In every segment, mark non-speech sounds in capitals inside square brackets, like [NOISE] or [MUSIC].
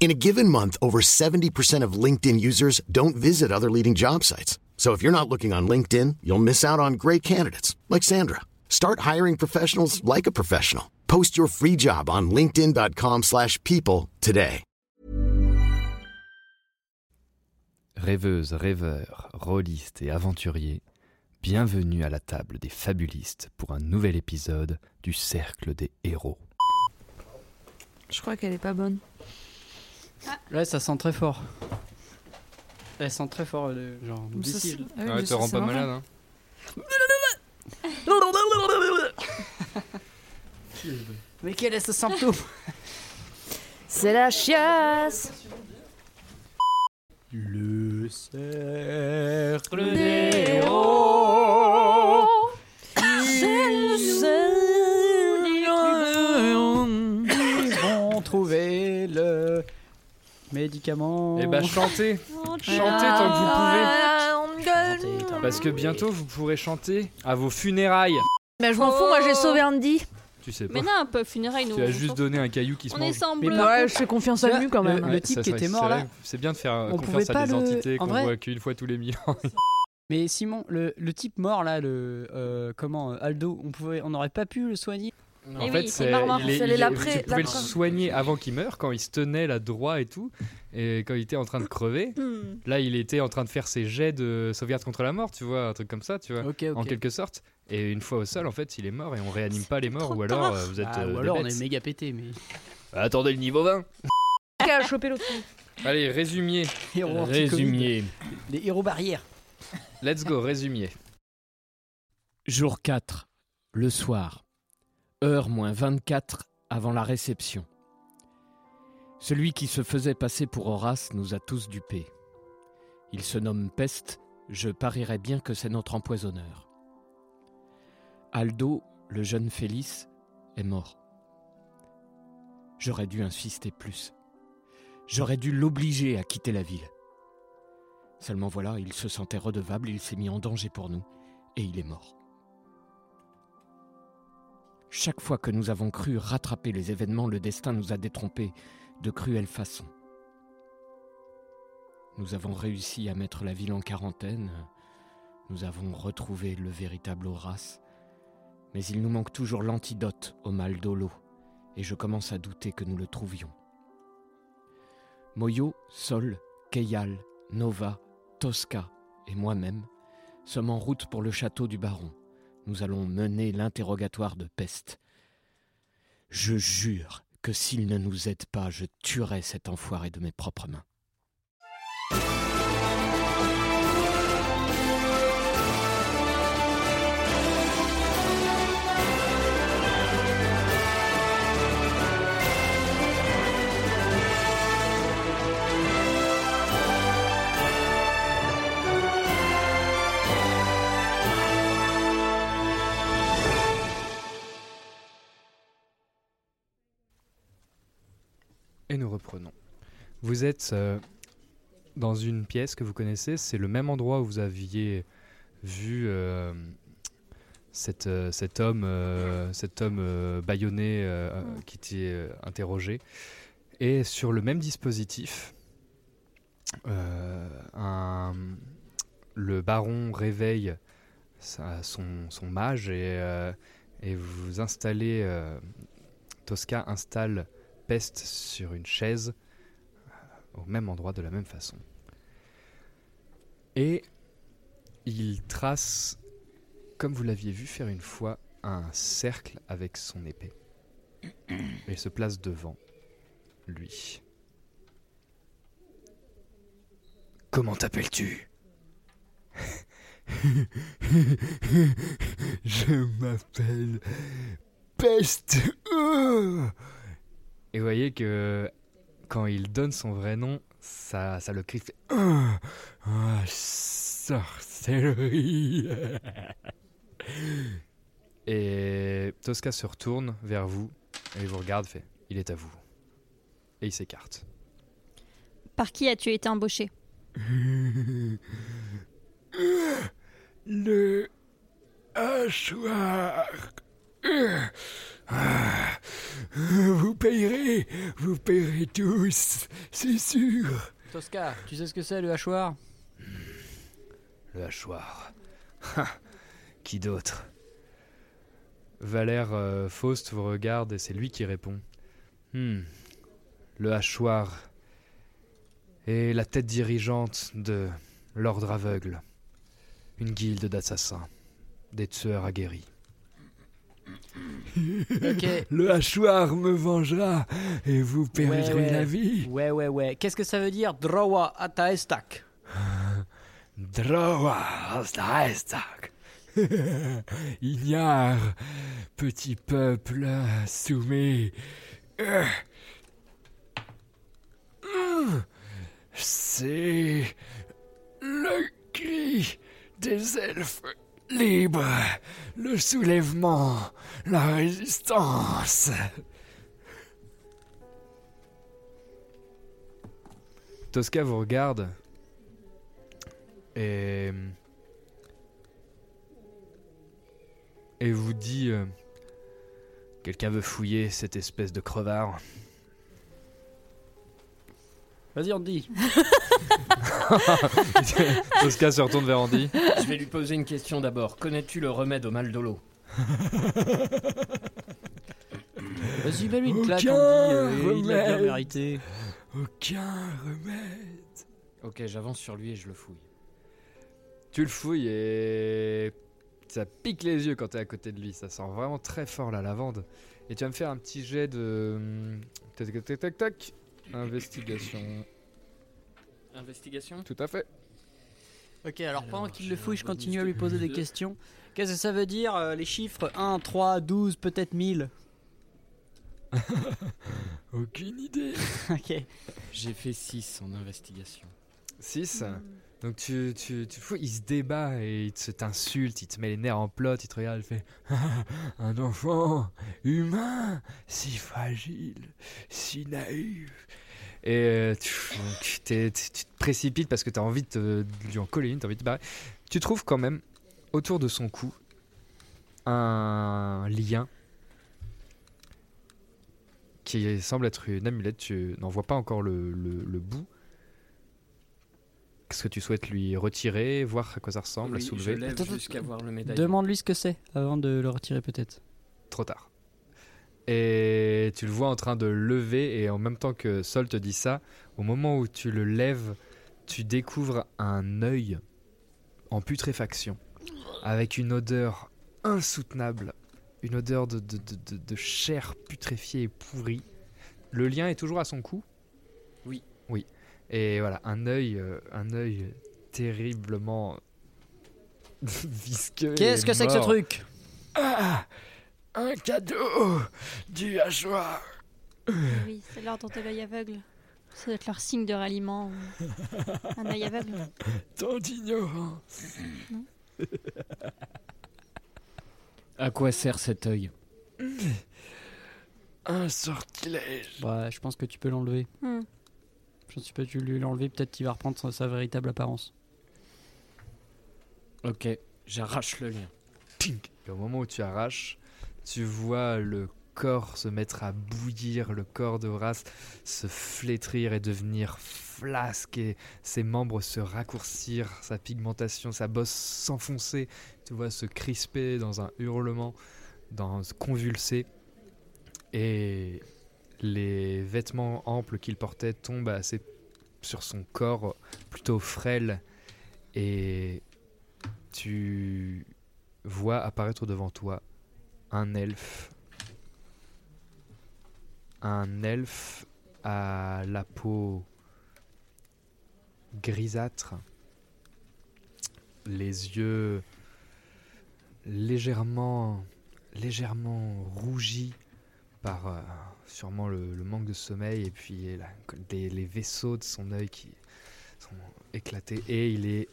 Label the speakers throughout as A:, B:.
A: In a given month, over 70% of LinkedIn users don't visit other leading job sites. So if you're not looking on LinkedIn, you'll miss out on great candidates like Sandra. Start hiring professionals like a professional. Post your free job on linkedin.com/people slash people today.
B: Rêveuses, rêveurs, rôlistes et aventuriers, bienvenue à la table des fabulistes pour un nouvel épisode du Cercle des Héros.
C: Je crois qu'elle est pas bonne.
D: Là, ça sent très fort. Elle sent très fort, euh, le- genre
C: Ça,
D: d'ici.
C: c'est-
D: là.
C: ah oui,
E: Ouais,
C: je
E: te
C: sais,
E: rends
C: c'est
E: pas
C: normal.
E: malade, hein.
D: [LAUGHS] Mais quel est ce symptôme
C: C'est la chiasse
D: Le cercle Ils vont trouver le médicament.
E: Eh bah, Eh chantez Chantez tant que vous
C: Ah,
E: pouvez Ah Parce que bientôt, vous pourrez chanter à vos funérailles
C: Mais Bah, je m'en fous, moi j'ai sauvé Andy.
E: Tu sais pas.
F: Mais non, peu funérailles, nous.
E: tu as juste donné un caillou qui se
F: On est
E: mange.
F: sans
D: Mais
F: bleu.
D: moi,
C: Ouais, je fais confiance à
D: Tu
C: lui
D: vois,
C: quand même.
D: le- type
E: ça
D: qui
E: serait-
D: était mort,
E: c'est
D: là,
E: vrai, C'est bien de faire euh,
D: on
E: confiance
D: pouvait
E: à
D: pas
E: des
D: le-
E: entités
D: en
E: qu'on
D: vrai-
E: voit qu'une fois tous les mille ans.
D: Mais Simon, le, le type mort là, le euh, comment euh, Aldo, on pouvait, on n'aurait pas pu le soigner.
E: En
F: Eh oui,
E: fait,
F: il
E: c'est,
F: est mort, mort.
E: il est-
C: C'est
E: il
C: les
E: est-
C: laprés-
E: tu pouvais le
C: laprés.
E: soigner avant qu'il meure, quand il se tenait là droit et tout, et quand il était en train de crever.
F: Hmm.
E: Là, il était en train de faire ses jets de sauvegarde contre la mort, tu vois, un truc comme ça, tu vois,
D: Ok,
E: en quelque sorte. Et une fois au sol, en fait, il est mort et on réanime pas les morts,
F: trop
E: ou alors
F: tard.
E: euh, vous êtes.
D: Ah,
E: euh,
D: ou
E: des
D: alors on
E: bêtes.
D: est méga pété, mais
E: Attendez le niveau 20
C: Qu'à choper l'autre.
E: Allez,
D: [LAUGHS]
E: résumier.
D: héros anti-Covid.
G: Résumier.
D: les héros barrières.
E: Let's go, résumier.
G: Jour 4, le soir. Heure moins 24 avant la réception. Celui qui se faisait passer pour Horace nous a tous dupés. Il se nomme Peste, je parierais bien que c'est notre empoisonneur. Aldo, le jeune Félix, est mort. J'aurais dû insister plus. J'aurais dû l'obliger à quitter la ville. Seulement voilà, il se sentait redevable, il s'est mis en danger pour nous et il est mort. Chaque fois que nous avons cru rattraper les événements, le destin nous a détrompés de cruelle façon. Nous avons réussi à mettre la ville en quarantaine, nous avons retrouvé le véritable Horace, mais il nous manque toujours l'antidote au mal d'Olo, et je commence à douter que nous le trouvions. Moyo, Sol, Keyal, Nova, Tosca et moi-même sommes en route pour le château du baron. Nous allons mener l'interrogatoire de peste. Je jure que s'il ne nous aide pas, je tuerai cet enfoiré de mes propres mains.
E: Et nous reprenons. Vous êtes euh, dans une pièce que vous connaissez, c'est le même endroit où vous aviez vu euh, cette, euh, cet homme, euh, cet homme euh, bâillonné euh, euh, qui était euh, interrogé. Et sur le même dispositif, euh, un- le baron réveille sa- son, son mage et, euh, et vous installez, euh, Tosca installe peste sur une chaise au même endroit de la même façon. Et il trace, comme vous l'aviez vu faire une fois, un cercle avec son épée. Et se place devant lui. Comment t'appelles-tu
G: [LAUGHS] Je m'appelle Peste. [LAUGHS]
E: Et vous voyez que quand il donne son vrai nom, ça, ça le crie. fait
G: Ah, ah, sorcellerie.
E: [LAUGHS] Et Tosca se retourne vers vous et vous regarde, fait Il est à vous. Et il s'écarte. [LAUGHS]
F: Par qui as-tu été embauché
G: Le hachoir. Ah, Vous payerez, vous payerez tous, c'est sûr.
D: Tosca, tu sais ce que c'est le hachoir
E: Le hachoir. Ha Ah, Qui d'autre Valère euh, Faust vous regarde et c'est lui qui répond. Hmm. Le hachoir est la tête dirigeante de l'Ordre aveugle, une guilde d'assassins, des tueurs aguerris.
G: [LAUGHS] Le hachoir me vengera et vous perdrez la vie.
D: Ouais, ouais, ouais. Qu'est-ce que ça veut dire Drawa ataestak
G: Droa, Staestak. [LAUGHS] Ignare, petit peuple soumis. Euh. Hum. C'est le cri des elfes libres, le soulèvement, la résistance.
E: Tosca vous regarde et et vous dit euh, quelqu'un veut fouiller cette espèce de crevard.
D: Vas-y, on te dit.
E: [LAUGHS] Tosca se retourne vers Andy.
H: Je vais lui poser une question d'abord. Connais-tu le remède au mal de l'eau
D: Vas-y, mets-lui une claque,
G: Aucun
D: Andy, euh, il l'a bien
G: remède.
D: mérité.
G: Aucun remède.
H: Ok, j'avance sur lui et je le fouille.
E: Tu le fouilles et ça pique les yeux quand t'es à côté de lui. Ça sent vraiment très fort la lavande. Et tu vas me faire un petit jet de tac tac tac tac tac investigation.
H: Investigation
E: Tout à fait.
D: Ok, alors pendant
H: Alors,
D: qu'il
H: j'ai
D: le fouille, je continue à lui poser des
H: deux.
D: questions. Qu'est-ce que ça veut dire euh, les chiffres 1, 3, 12, peut-être 1000
G: Aucune idée.
D: [LAUGHS] Ok.
H: J'ai fait 6 en investigation.
E: 6.
D: Mm.
E: Donc tu, tu, tu fouilles, il se débat et il te- t'insulte, il te met les nerfs en plot, il te regarde, il fait
G: [LAUGHS] Un enfant humain, si fragile, si naïf.
E: Et euh, tu, donc, t'es- t'es- tu te précipites parce que tu as envie de, te- de lui en coller une, tu as envie de te barrer. Tu trouves quand même autour de son cou un lien qui semble être une amulette. Tu n'en vois pas encore le, le- le bout. Qu'est-ce que tu souhaites lui retirer, voir à quoi ça ressemble,
H: Oui,
E: la
H: je
E: soulever
H: lève
D: Attends, attends.
H: jusqu'à voir le médaillon.
D: Demande-lui ce que c'est avant de le retirer, peut-être.
H: [LAUGHS]
E: Trop tard. Et tu le vois en train de lever, et en même temps que Sol te dit ça, au moment où tu le lèves, tu découvres un œil en putréfaction, avec une odeur insoutenable, une odeur de, de- de- de- de chair putréfiée et pourrie. Le lien est toujours à son cou
H: Oui.
E: Oui. Et voilà, un œil, euh, un œil terriblement [LAUGHS] visqueux. et
D: Qu'est-ce que c'est que ce
E: mort.
D: truc
G: Ah, un cadeau du hachoir.
F: Oui, c'est l'ordre de l'œil aveugle. Ça doit être leur signe de ralliement. ou Un œil aveugle.
G: Tant d'ignorance.
H: [LAUGHS] À quoi sert cet œil
G: Un sortilège.
D: Bah, je pense que tu peux l'enlever.
F: Hmm.
D: Je pense que tu peux lui l'enlever, peut-être qu'il va reprendre sa, sa véritable apparence.
H: Ok, j'arrache le lien.
E: Tink. Et au moment où tu arraches, tu vois le corps se mettre à bouillir, le corps d'Horace se flétrir et devenir flasque, et ses membres se raccourcir, sa pigmentation, sa bosse s'enfoncer. Tu vois se crisper dans un hurlement, dans se convulser. Et les vêtements amples qu'il portait tombent à ses sur son corps plutôt frêle et tu vois apparaître devant toi un elfe. Un elfe à la peau grisâtre, les yeux légèrement, légèrement rougis par euh, sûrement le, le, manque de sommeil et puis la, les, les, vaisseaux de son œil qui sont éclatés et il est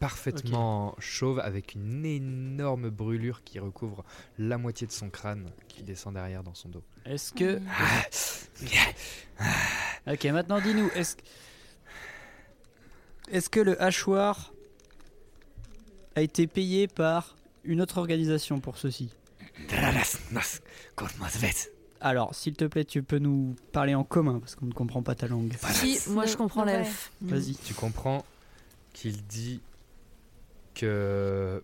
E: parfaitement okay. chauve avec une énorme brûlure qui recouvre la moitié de son crâne qui descend derrière dans son dos. Ah,
D: Est-ce que... ok, maintenant dis-nous, est-ce est-ce que le hachoir a été payé par une autre organisation pour ceci Alors, s'il te plaît, tu peux nous parler en commun parce qu'on ne comprend pas ta langue.
C: Si, moi je comprends l'elfe.
D: Vas-y.
E: Tu comprends qu'il dit que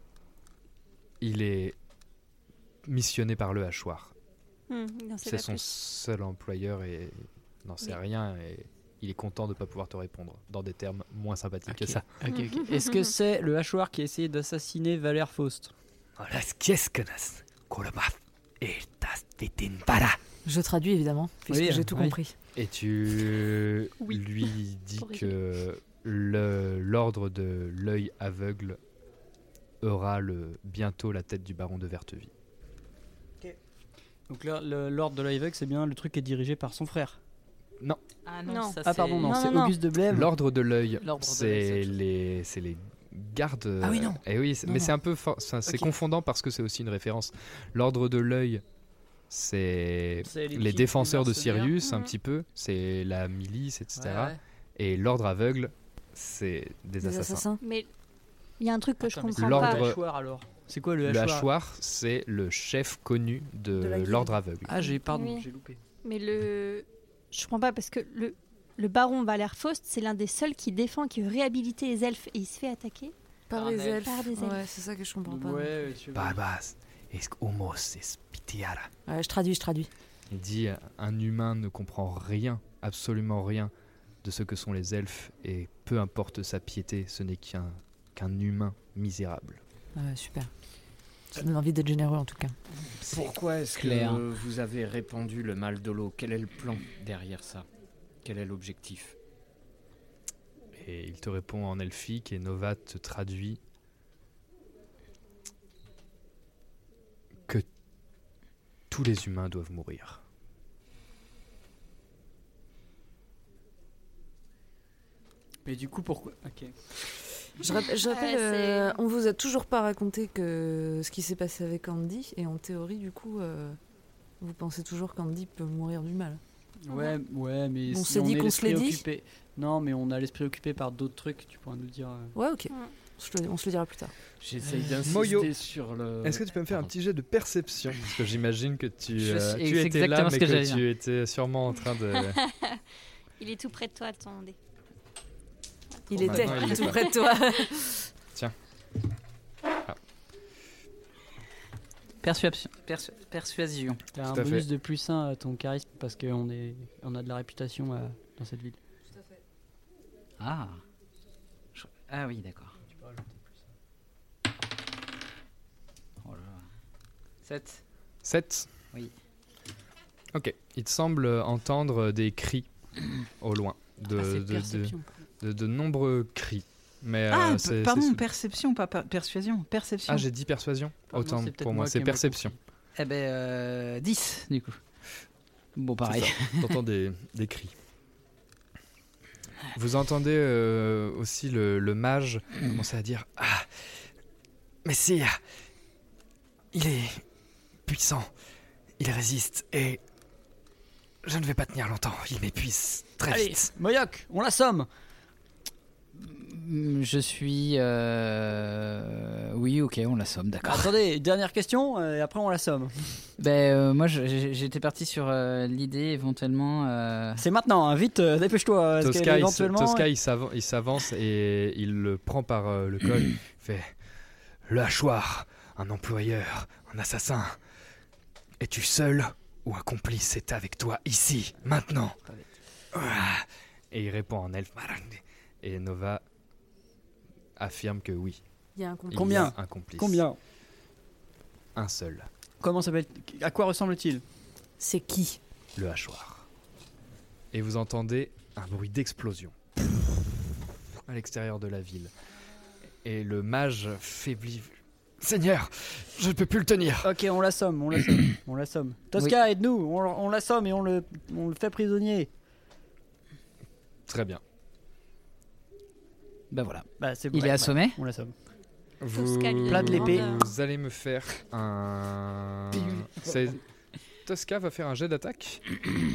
E: il est missionné par le hachoir.
F: Mmh,
E: c'est son seul employeur et n'en sait oui. rien et il est content de ne pas pouvoir te répondre dans des termes moins sympathiques
D: okay.
E: que ça.
D: Okay,
C: [LAUGHS]
D: [LAUGHS] okay. Est-ce que c'est le hachoir qui a essayé d'assassiner Valère Faust
C: Je traduis évidemment, puisque oui, j'ai tout oui. compris.
E: Et tu [LAUGHS] oui. lui dis que l'ordre de l'œil aveugle aura le, bientôt la tête du baron de Verteville.
D: Donc l'ordre de l'œil aveugle, c'est bien le truc qui est dirigé par son frère
E: non.
I: Ah, non, non. Ça,
D: ah pardon, non, non c'est Auguste de Blême.
E: L'ordre de l'œil, c'est les, c'est les gardes.
D: Ah oui non.
E: Eh oui, mais c'est un peu, c'est okay. confondant parce que c'est aussi une référence. L'ordre de l'œil, c'est les, les défenseurs de Sirius, mmh. un petit peu. C'est la milice, etc. Ouais, ouais. Et l'ordre aveugle, c'est des, des assassins. assassins.
F: Mais il y a un truc que Attends, je comprends pas.
D: L'ordre hachoir alors. C'est quoi le
E: hachoir Le hachoir, c'est le chef connu de, de l'ordre aveugle.
D: Ah j'ai pardon, oui. j'ai loupé.
F: Mais le je comprends pas parce que le, le baron Valère Faust, c'est l'un des seuls qui défend, qui veut réhabiliter les elfes et il se fait attaquer
C: par, par les elfes. Par des elfes. Ouais, c'est ça que je comprends pas.
D: Ouais,
E: Bah,
J: Barbas, es homos es pitiara.
C: Ouais, je traduis, je traduis.
E: Il dit un humain ne comprend rien, absolument rien de ce que sont les elfes et peu importe sa piété, ce n'est qu'un qu'un humain misérable.
C: Ouais, super. Ça donne envie d'être généreux en tout cas.
G: Pourquoi est-ce que vous avez répandu le mal de l'eau Quel est le plan derrière ça Quel est l'objectif
E: Et il te répond en elfique et Nova te traduit que tous les humains doivent mourir.
D: Mais du coup pourquoi Ok.
C: Je, rappelle, je rappelle ouais, euh, on vous a toujours pas raconté que ce qui s'est passé avec Andy, et en théorie, du coup, euh, vous pensez toujours qu'Andy peut mourir du mal.
D: Ouais, ouais, mais
C: on
D: si
C: s'est
D: on
C: dit
D: qu'on
C: se l'est dit.
D: Non, mais on a l'esprit occupé par d'autres trucs. Tu pourras nous dire. Euh...
C: Ouais, ok. on se le dira plus tard.
G: J'essaye d'insister sur le.
E: Euh, Est-ce que tu peux me faire Euh, Pardon. un petit jet de perception Parce que j'imagine que tu, euh,
D: je,
E: tu étais
D: là, mais
E: que,
D: que
E: tu étais sûrement en train
G: [LAUGHS]
E: de.
C: [LAUGHS]
F: [LAUGHS] Il est tout près de toi, ton dé.
C: Il était il tout près de toi.
E: Tiens. Ah.
D: Persuasion. Persu persuasion. T'as un bonus fait. de plus 1 à ton charisme parce qu'on on a de la réputation euh, dans cette ville.
I: Tout à fait. Ah. Je... Ah oui, d'accord. Tu peux rajouter plus 1. Oh là là. 7.
E: 7
I: Oui.
E: Ok. Il te semble entendre des cris au loin. De, ah, de, de, de, de, nombreux cris. Mais,
I: ah,
E: euh, c'est,
I: pardon, perception, pas per persuasion. Perception.
E: Ah, j'ai dit persuasion. Pardon, Autant pour moi, c'est perception.
I: Eh ben, euh, 10 du coup. Bon, pareil.
E: T'entends
I: [LAUGHS]
E: des, des cris. Vous entendez euh, aussi le, le mage mmh. commencer à dire Ah, Messire, il est puissant, il résiste et je ne vais pas tenir longtemps, il m'épuise très
D: Allez,
E: vite.
D: Moyoc, on l'assomme
I: Mm, Je suis. Euh... Oui, ok, on l'assomme, d'accord.
D: Attendez, dernière question, euh, et après on l'assomme.
I: Ben, euh, moi j'étais parti sur euh, l'idée éventuellement. euh,
D: C'est maintenant, hein, vite, dépêche-toi. euh,
E: Tosca, éventuellement... Tosca, il s'avance et il le prend par euh, le col. il fait Le hachoir, un employeur, un assassin. Es-tu seul ou un complice est avec toi ici, maintenant. Ah. Et il répond en elfe. Et Nova affirme que oui.
C: Il y a un
E: Il
C: complice.
E: y a
D: Combien
E: un complice.
D: Combien
E: Un seul.
D: Comment s'appelle À quoi ressemble-t-il
C: C'est qui
E: Le hachoir. Et vous entendez un bruit d'explosion à l'extérieur de la ville. Et le mage faiblit. Seigneur, je ne peux plus le tenir.
D: Ok, on l'assomme, on l'assomme, [CLEARS THROAT] on l'assomme. Tosca, aide-nous, on, l- on l'assomme et on le, on le fait prisonnier.
E: Très bien.
D: Bah voilà. Bah, c'est
I: Il
D: ouais,
I: est assommé
D: ouais, On l'assomme.
E: Vous,
F: Tosca lui
D: Plat de l'épée.
E: vous allez me faire un. C'est- Tosca va faire un jet d'attaque.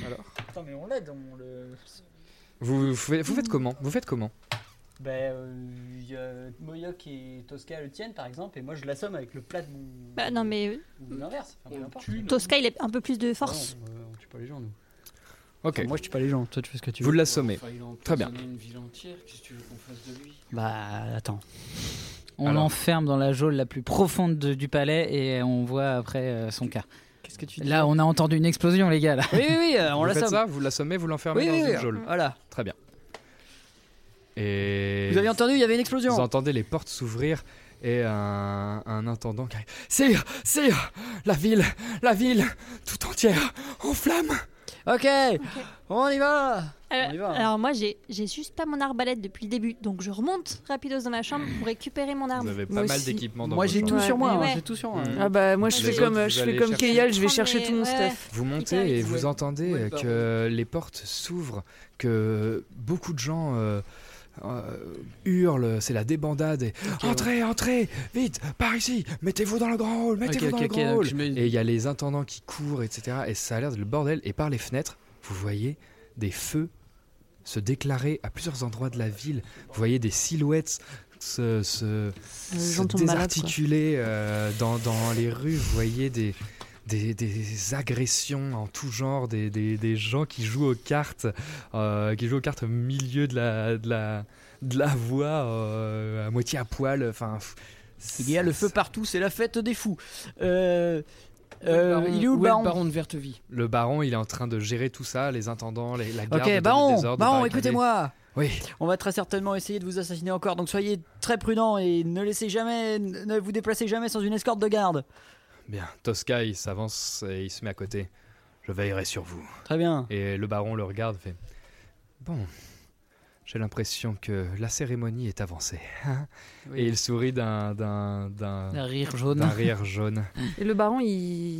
E: Alors.
D: Attends, mais on l'aide, on le.
E: Vous, vous faites, vous faites comment Vous faites comment
D: Bah, euh, y a Moyoc et Tosca le tiennent par exemple, et moi je l'assomme avec le plat de mon.
F: [LAUGHS] Bah non, mais
D: Ou l'inverse. Enfin, peu importe.
F: Tosca, il a un peu plus de
D: Ah
F: force.
D: non, euh, on tue pas les gens, nous.
E: Ok.
D: Enfin, moi je tue pas les gens, toi tu fais ce que tu
E: vous
D: veux.
E: l'assommez.
G: Enfin, il a
E: Très bien.
G: emprisonné une ville entière, qu'est-ce que tu veux qu'on fasse de lui
D: Bah, attends.
I: On
E: Alors.
I: l'enferme dans la geôle la plus profonde de- du palais et on voit après euh, son cas.
D: Qu'est-ce que tu dis
I: Là, on a entendu une explosion, les gars. Là.
D: Oui, oui, oui, euh, on
E: vous faites
D: l'assomme.
E: ça, vous l'assommez, vous l'enfermez
D: Oui,
E: dans
D: oui,
E: une
D: oui,
E: geôle.
D: Voilà.
E: Très bien. Et
D: Vous avez entendu, il y avait une explosion.
E: vous entendez les portes s'ouvrir et un, un intendant qui arrive. Sire, sire, la ville, la ville, tout entière, en flammes.
D: Ok, on y va.
F: Euh,
D: On y va. hein.
F: alors moi, j'ai j'ai juste pas mon arbalète depuis le début, donc je remonte rapidos dans ma chambre pour récupérer mon
E: Vous
F: arme.
E: avez pas
C: Moi
E: mal
C: aussi.
E: d'équipements dans
D: Moi
E: vos
D: j'ai tout
E: chambres.
C: Ouais,
D: sur moi,
F: mais
D: hein,
F: ouais.
D: j'ai tout sur moi.
E: Mm.
D: hein.
C: Ah bah moi je
E: Les
C: fais
E: autres,
C: comme
E: vous
C: je fais
E: allez
C: comme
E: chercher.
C: Keyal, je
I: Oh,
C: vais
F: Prends
C: chercher
F: les-
C: tout mon
F: ouais,
C: stuff.
E: Vous
F: Hyper
E: montez et vous
G: excité.
E: entendez
G: Ouais,
E: euh,
G: pardon.
E: que les portes s'ouvrent, que beaucoup de gens euh, euh, hurlent, c'est la débandade. et, entrez, entrez, vite, par ici, mettez-vous dans le grand hall, mettez-vous
G: Ok,
E: dans
G: ok,
E: le
G: ok,
E: grand
G: donc
E: hall.
G: je mets-
E: Et il y a les intendants qui courent, etc. Et ça a l'air de le bordel. Et par les fenêtres, vous voyez des feux se déclarer à plusieurs endroits de la ville. Vous voyez des silhouettes se, se,
C: Euh, Les
E: se
C: gens tombent malades. quoi.
E: désarticuler euh, dans, dans les rues. Vous voyez des, des, des agressions en tout genre, des, des, des gens qui jouent aux cartes, euh, qui jouent aux cartes au milieu de la, de la, de la voie, euh, à moitié à poil. Enfin, pff,
D: Il y a le feu partout, c'est la fête des fous. Euh,
G: Où
D: euh,
G: est le
D: il est où le
G: baron,
D: baron
G: de Verteville
E: Le baron, il est en train de gérer tout ça, les intendants, les, la garde.
D: Ok,
E: de
D: baron,
E: désordre, de
D: baron,
E: barricader.
D: écoutez-moi.
E: Oui,
D: On va très certainement essayer de vous assassiner encore, donc soyez très prudents et ne laissez jamais, ne vous déplacez jamais sans une escorte de garde.
E: bien. Tosca, il s'avance et il se met à côté. Je veillerai sur vous.
D: Très bien.
E: Et le baron le regarde, fait Bon, j'ai l'impression que la cérémonie est avancée. hein. Et il sourit d'un d'un d'un
I: Un rire jaune.
E: d'un rire
C: [LAUGHS]
E: jaune.
C: Et le baron, il...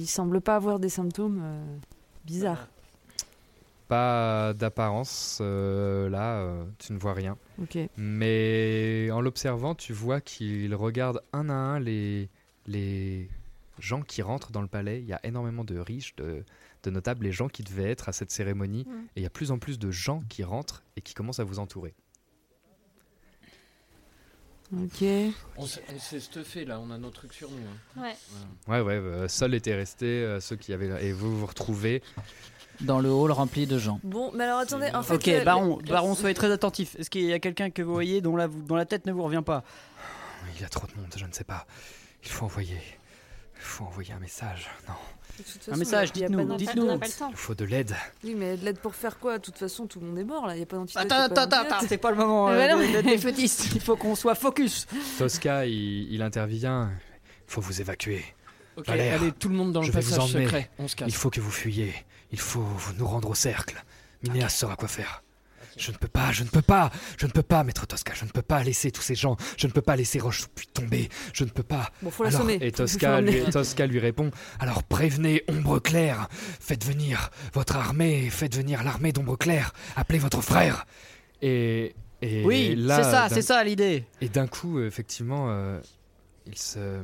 C: il semble pas avoir des symptômes euh, bizarres.
E: Pas d'apparence, euh, là, euh, tu ne vois rien.
C: Ok.
E: Mais en l'observant, tu vois qu'il regarde un à un les, les gens qui rentrent dans le palais. Il y a énormément de riches, de, de notables, les gens qui devaient être à cette cérémonie.
F: Mm.
E: Et il y a plus en plus de gens qui rentrent et qui commencent à vous entourer.
C: Ok.
G: On s'est on s'est stuffé là, on a nos trucs sur nous. hein.
F: Ouais.
G: Voilà.
E: Ouais, ouais, euh, seuls étaient restés euh, ceux qui avaient. Et vous vous retrouvez.
I: Dans le hall rempli de gens.
C: Bon, mais alors attendez, en fait.
D: Ok,
C: le-
D: baron,
C: le-
D: baron, soyez très attentif. Est-ce qu'il y a quelqu'un que vous voyez dont la, dont la tête ne vous revient pas
E: Il y a trop de monde, je ne sais pas. Il faut envoyer. Il faut envoyer un message. Non,
C: de toute façon,
D: Un message,
C: il y a
D: dites-nous,
C: pas d'identité.
D: dites-nous.
F: On a pas le temps.
E: il faut de l'aide.
C: Oui, mais de l'aide pour faire quoi De toute façon, tout le monde est mort là, il n'y a pas d'entité.
D: Attends,
C: c'est pas
D: attends,
C: une
D: attends,
C: enquête.
D: c'est pas le moment
C: Mais
D: euh,
C: non, [LAUGHS]
D: d'être défaitiste. Il faut qu'on soit focus.
E: Tosca, il, il intervient. Il faut vous évacuer.
G: Ok,
E: Allez,
G: allez, tout le monde dans
E: je
G: le
E: vais vous
G: passage
E: emmener.
G: secret. On se
E: Il
G: casse.
E: faut que vous fuyiez. Il faut nous rendre au cercle. Minéas saura quoi faire. Je ne peux pas, je ne peux pas, je ne peux pas, maître Tosca, je ne peux pas laisser tous ces gens, je ne peux pas laisser Roche puis tomber, je ne peux pas.
C: Bon, faut
E: Alors,
C: l'assommer.
E: et
C: Faut
E: Tosca lui,
C: l'emmener.
E: Tosca lui répond Alors prévenez Ombre Claire, faites venir votre armée, faites venir l'armée d'Ombre Claire, appelez votre frère. Et, et
D: Oui,
E: là,
D: c'est ça,
E: d'un-
D: c'est ça l'idée.
E: Et d'un coup, effectivement, euh, il se.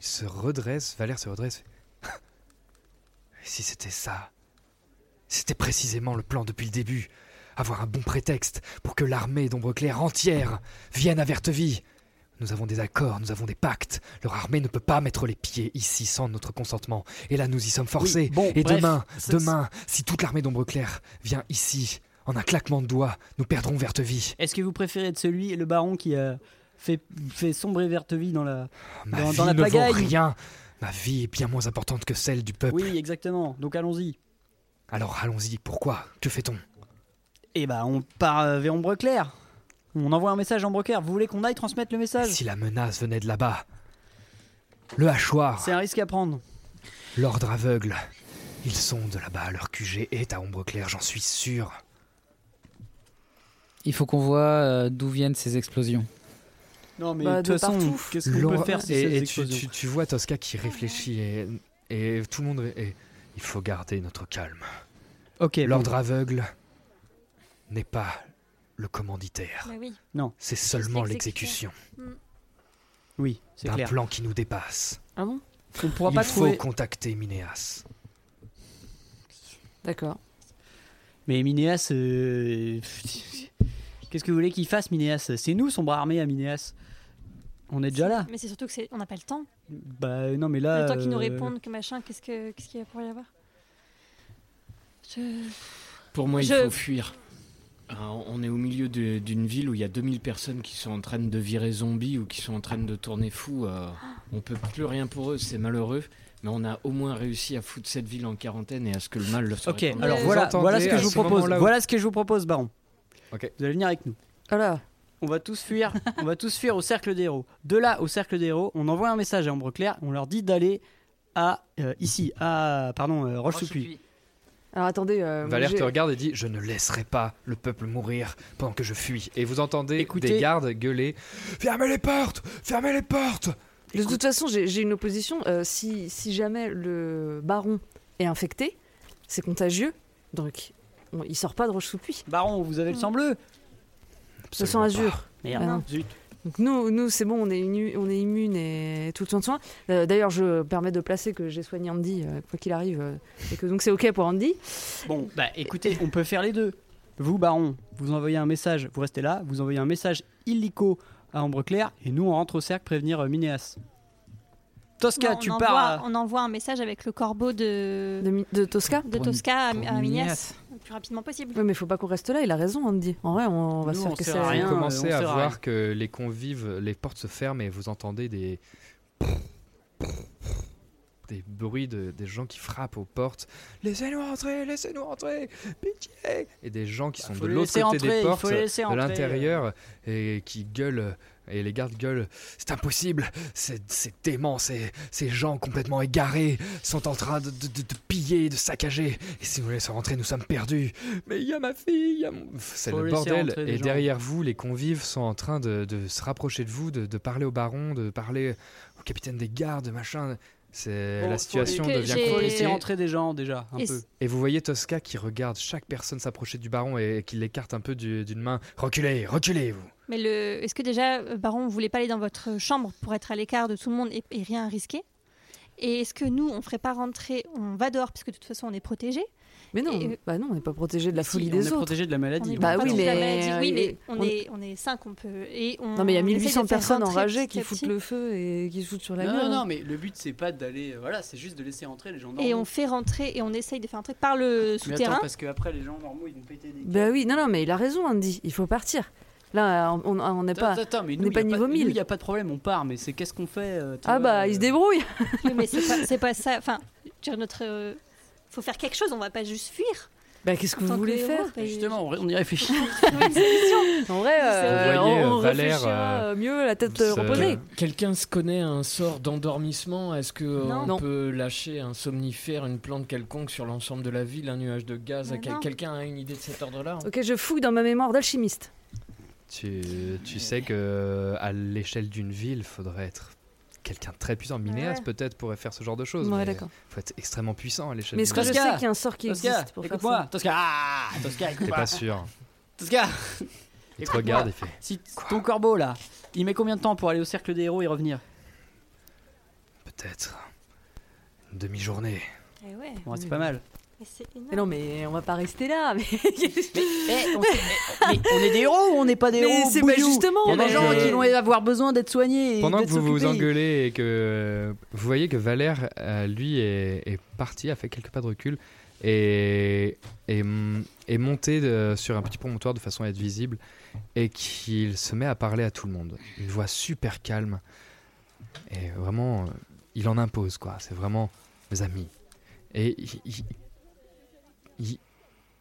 E: Il se redresse, Valère se redresse. [LAUGHS] Et si c'était ça C'était précisément le plan depuis le début. Avoir un bon prétexte pour que l'armée d'Ombre Claire entière vienne à Verteville. Nous avons des accords, nous avons des pactes. Leur armée ne peut pas mettre les pieds ici sans notre consentement. Et là, nous y sommes forcés.
D: Oui, bon,
E: et
D: bref,
E: demain,
D: c'est-
E: demain, si toute l'armée d'Ombre Claire vient ici, en un claquement de doigts, nous perdrons Verteville.
D: Est-ce que vous préférez être celui, le baron qui a fait, fait sombrer Verteville dans la.
E: Oh, Ma
D: Dans-
E: vie
D: dans la
E: ne
D: pagaille.
E: vaut rien. Ma vie est bien moins importante que celle du peuple.
D: Oui, exactement. Donc allons-y.
E: Alors allons-y, pourquoi Que fait-on
D: Et bah, on part vers Ombreclair. On envoie un message à Ombreclair. Vous voulez qu'on aille transmettre le message
E: Si la menace venait de là-bas, le hachoir.
D: C'est un risque à prendre.
E: L'ordre aveugle. Ils sont de là-bas, leur QG est à Ombreclair, j'en suis sûr.
I: Il faut qu'on voit euh, d'où viennent ces explosions.
D: Non, mais bah, de toute façon, qu'est-ce qu'on peut faire si
E: Et,
D: ces
E: et tu,
D: explosions
E: tu, tu vois Tosca qui réfléchit et, et tout le monde. est- et il faut garder notre calme.
D: Ok. bon.
E: L'ordre aveugle n'est pas le commanditaire.
F: Bah oui.
D: Non. Mm.
E: C'est seulement
F: l'exécution.
E: l'exécution
D: Oui, c'est
E: d'un
D: clair.
E: plan qui nous dépasse.
C: Ah bon
D: On pourra
E: Il
D: pas
E: faut
D: trouver.
E: contacter Minéas.
D: Bah,
C: D'accord.
D: Mais Minéas, euh, qu'est-ce que vous voulez qu'il fasse, Minéas C'est nous son bras armé à Minéas. On est déjà là.
F: Mais c'est surtout que c'est, on n'a pas le temps.
D: Bah non, mais là.
F: le temps qu'ils nous
D: euh,
F: répondent, que machin, qu'est-ce que, qu'est-ce qu'il y a pour y avoir Je-
G: Pour moi,
F: Je-
G: il faut fuir. Euh, On est au milieu de- d'une ville où il y a 2000 personnes qui sont en train de virer zombies ou qui sont en train de tourner fou. euh, on peut plus rien pour eux, c'est malheureux. Mais on a au moins réussi à foutre cette ville en quarantaine et à ce que le mal le se
D: Ok.
G: répande.
D: Alors
C: Vous
D: voilà,
E: entendez
D: voilà ce que
E: à
D: je vous
E: ce
D: propose.
E: moment-là où-
D: Voilà ce que je vous propose, Baron.
E: Ok.
D: Vous allez venir avec nous.
C: Voilà.
D: On va tous fuir. [LAUGHS] on va tous fuir au cercle des héros. De là au cercle des héros, on envoie un message à Ombre Claire. On leur dit d'aller à euh, ici, à pardon, euh, Roche-sous-Puy.
C: Alors attendez. euh, moi,
E: Valère
C: j'ai-
E: te regarde et dit Je ne laisserai pas le peuple mourir pendant que je fuis. Et vous entendez
D: Écoutez-
E: des gardes gueuler Fermez les portes Fermez les portes
C: De toute façon, j'ai j'ai une opposition. euh, si, si jamais le baron est infecté, c'est contagieux. Donc, on- il sort pas de roche sous Mm. puits.
D: Baron, vous avez le sang bleu.
C: Ce sang
E: Absolument
C: azur.
D: Merde.
C: Ah non.
D: Zut.
C: Donc nous, nous c'est bon, on est, immu- on est immune et tout le temps de soins. Euh, D'ailleurs, je permets de placer que j'ai soigné Andy, euh, quoi qu'il arrive, euh, et que donc c'est ok pour Andy.
D: Bon, bah écoutez, on peut faire les deux. Vous, Baron, vous envoyez un message, vous restez là, vous envoyez un message illico à Ambre Claire, et nous on rentre au cercle prévenir euh, Minéas. Tosca,
F: Non, on
D: tu
F: envoie-
D: pars. à-
F: On envoie un message avec le corbeau de,
C: De, Mi- de Tosca.
F: de
K: Pour-
F: Tosca à,
K: pour
F: à Mignas
K: Mignas.
F: le plus rapidement possible.
C: Oui, mais faut pas qu'on reste là. Il a raison, Andy. En vrai, on, va
D: Nous,
C: se faire
D: on
C: que
D: sert
C: ça.
D: à rien.
E: vous
D: on
E: commencez à
D: sert à rien.
E: voir que les convives, les portes se ferment et vous entendez des. des bruits de, des gens qui frappent aux portes. Laissez-nous entrer, laissez-nous entrer, pitié Et des gens qui sont
D: Bah, faut
E: de
D: les
E: l'autre côté
D: laisser entrer,
E: des
D: il faut
E: portes,
D: les laisser
E: de
D: entrer.
E: l'intérieur, et qui gueulent. Et les gardes gueulent C'est impossible C'est c'est dément ces, ces gens complètement égarés sont en train de, de- de- de piller, de saccager. Et si vous laissez rentrer, nous sommes perdus. Mais il y a ma fille, il y a mon- Pff, C'est
D: Faut
E: le
D: laisser
E: bordel.
D: rentrer des
E: Et
D: gens.
E: derrière vous, les convives sont en train de, de se rapprocher de vous, de, de parler au baron, de parler au capitaine des gardes, machin. C'est
D: Bon,
E: la
D: faut
E: situation
F: les- que
E: devient
F: j'ai-
D: Faut laisser
E: compliquée.
D: rentrer des gens déjà, un
F: Et
D: peu.
F: c-
E: Et vous voyez Tosca qui regarde chaque personne s'approcher du baron et, qui l'écarte un peu du- d'une main. Reculez, reculez vous.
F: Mais le, est-ce que déjà, euh, Baron, vous voulez pas aller dans votre chambre pour être à l'écart de tout le monde et, et rien risquer Et est-ce que nous, on ferait pas rentrer On va dehors parce que de toute façon, on est protégé.
C: Mais non,
F: Et-
C: bah non, on n'est pas protégé de la
D: Si,
C: folie
D: on
C: des
D: est
C: autres.
D: protégé de la maladie.
F: on est
C: Bah
F: pas
C: oui,
F: protégé de la
C: mais-
F: maladie. Oui, mais on,
C: on-
F: est, on est cinq, on peut. Et on,
C: Non, mais il y a
F: on essaie de
C: 1800
F: faire
C: personnes
F: rentrer
C: enragées
F: petit
C: qui
F: à
C: foutent
F: petit.
C: le feu et qui se foutent sur la gueule.
D: Non, non, mais le but c'est pas d'aller. Voilà, c'est juste de laisser rentrer les gens normaux.
F: Et on fait rentrer et on essaye de faire rentrer par le
D: Mais attends,
F: souterrain.
D: parce qu'après les gens normaux ils vont péter des.
C: Bah oui, non, non, mais il a raison, Andy. Il faut partir. Là, on- on on n'est
D: Attends,
C: pas.
D: attends, attends, mais
C: on
D: nous,
C: n'est pas
D: y a
C: niveau
D: nous,
C: 1000.
D: y a pas de problème, on part, mais c'est qu'est-ce qu'on fait euh, tu
C: Ah
D: vois,
C: bah,
D: euh,
C: il se débrouille.
F: Oui, mais c'est pas, c'est pas ça. Enfin, je veux dire, notre. euh, faut faire quelque chose, on va pas juste fuir.
C: Bah qu'est-ce que
F: Tant
C: vous
F: que
C: voulez
F: les
C: faire
F: héros, bah,
D: Justement, on on y réfléchit.
C: En vrai, euh,
E: Vous voyez,
C: on, on
E: euh, Valère,
C: réfléchira
E: euh,
C: euh, mieux la tête euh,
E: se-
C: reposée.
G: Quelqu'un se connaît un sort d'endormissement Est-ce que euh,
F: Non.
G: on
C: Non.
G: peut lâcher un somnifère, une plante quelconque sur l'ensemble de la ville, un nuage de gaz à
F: Mais
G: quel-
F: non.
G: Quelqu'un a une idée de cet ordre-là hein
C: Ok, je fouille dans ma mémoire d'alchimiste.
E: Tu, tu sais que à l'échelle d'une ville, faudrait être quelqu'un de très puissant. Minéas
F: Ouais.
E: peut-être pourrait faire ce genre de choses.
C: Ouais,
E: mais
C: d'accord.
E: faut être extrêmement puissant à l'échelle. d'une
C: Mais est-ce que je
E: ville.
C: sais
D: Tosca,
C: qu'il y a un sort qui
D: Tosca,
C: existe pour faire
D: écoute-moi.
C: ça
D: Tosca, ah, Tosca,
E: T'es
C: [LAUGHS]
D: écoute-moi.
E: pas sûr.
D: Tosca,
E: Il te
D: Écoute-moi.
E: regarde et fait.
D: si t- ton corbeau là, il met combien de temps pour aller au cercle des héros et revenir
E: Peut-être. Une demi-journée.
F: Eh ouais,
D: Bon, c'est pas mal.
F: mais c'est
C: Mais
F: énorme.
C: non, mais on va pas rester là. Mais, [LAUGHS]
D: on, est des héros ou on n'est pas des
C: Mais
D: héros
C: c'est pas
D: Bouillou
C: justement, euh,
D: Il y a
E: pendant
D: des gens
E: que-
D: qui vont avoir besoin d'être soignés. Et
E: Pendant que
D: d'être
E: vous vous
D: s'occuper.
E: engueulez et que euh, vous voyez que Valère, euh, lui, est, est parti, a fait quelques pas de recul et est, est monté de- sur un petit promontoire de façon à être visible et qu'il se met à parler à tout le monde. Une voix super calme et vraiment, euh, il en impose quoi. C'est vraiment mes amis. Et il, il- il-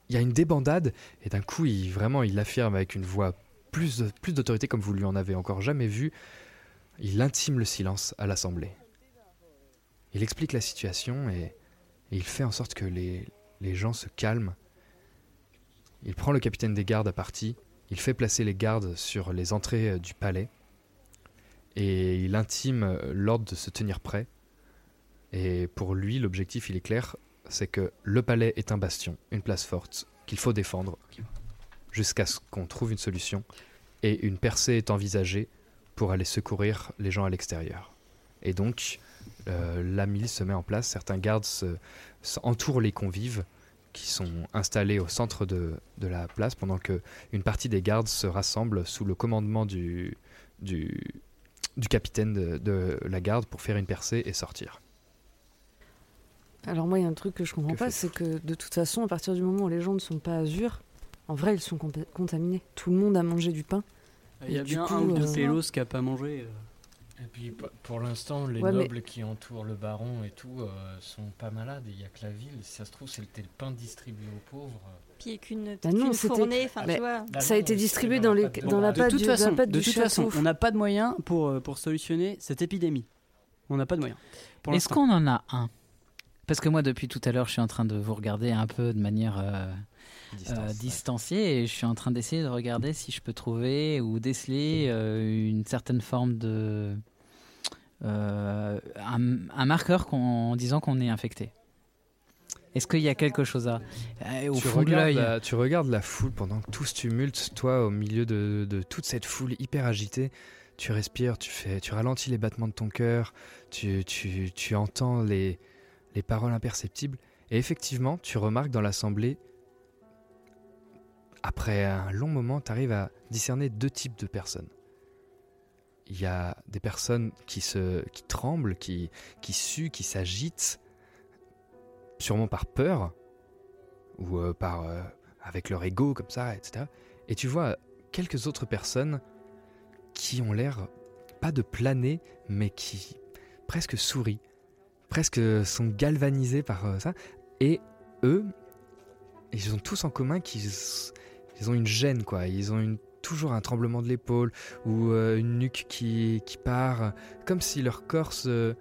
E: il y a une débandade et d'un coup il vraiment il affirme avec une voix plus plus d'autorité comme vous lui en avez encore jamais vu. Il intime le silence à l'assemblée. Il explique la situation et, et il fait en sorte que les, les gens se calment. Il prend le capitaine des gardes à partie, il fait placer les gardes sur les entrées euh, du palais et il intime euh, l'ordre de se tenir prêt. Et pour lui, l'objectif, il est clair, c'est que le palais est un bastion, une place forte, qu'il faut défendre jusqu'à ce qu'on trouve une solution. Et une percée est envisagée pour aller secourir les gens à l'extérieur. Et donc, euh, la milice se met en place, certains gardes se, se entourent les convives qui sont installés au centre de, de la place pendant que une partie des gardes se rassemble sous le commandement du, du, du capitaine de, de, la garde pour faire une percée et sortir.
C: Alors moi, il y a un truc que je comprends que pas, c'est que de toute façon, à partir du moment où les gens ne sont pas azur, en vrai, ils sont contaminés. Tout le monde a mangé du pain.
L: Il y a bien coup, un
E: euh,
L: ou
C: euh,
L: deux pélos qui a pas mangé.
G: Et puis pour l'instant, les ouais, nobles mais... qui entourent le baron et tout euh, sont pas malades. Il y a que la ville. Si ça se trouve, c'était le pain distribué aux pauvres.
F: Puis qu'une bah non, fournée, enfin tu vois.
D: Bah
G: Bah
C: Ça a été distribué dans, les, dans la pâte
D: de toute façon,
C: de
D: toute façon, on n'a pas de moyens pour euh, pour solutionner cette épidémie. On n'a pas de moyens.
I: Est-ce qu'on en a un Parce que moi, depuis tout à l'heure, je suis en train de vous regarder un peu de manière. Euh... Distance, euh, distancié ouais. et je suis en train d'essayer de regarder si je peux trouver ou déceler euh, une certaine forme de euh, un, un, marqueur en disant qu'on est infecté. Est-ce qu'il y a quelque chose à euh, au
E: tu
I: fond
E: regardes bah, de la, Tu regardes la foule pendant tout ce tumulte, toi au milieu de, de, toute cette foule hyper agitée. Tu respires, tu fais, tu ralentis les battements de ton cœur, tu, tu, tu entends les, les paroles imperceptibles. Et effectivement, tu remarques dans l'assemblée après un long moment, tu arrives à discerner deux types de personnes. Il y a des personnes qui, se, qui tremblent, qui, qui suent, qui s'agitent, sûrement par peur, ou euh, par, euh, avec leur ego comme ça, etc. Et tu vois quelques autres personnes qui ont l'air, pas de planer, mais qui presque sourient, presque sont galvanisées par euh, ça. Et eux, ils ont tous en commun qu'ils ils ont une gêne, quoi. Ils ont une, toujours un tremblement de l'épaule ou euh, une nuque qui, qui, part, comme si leur corps se,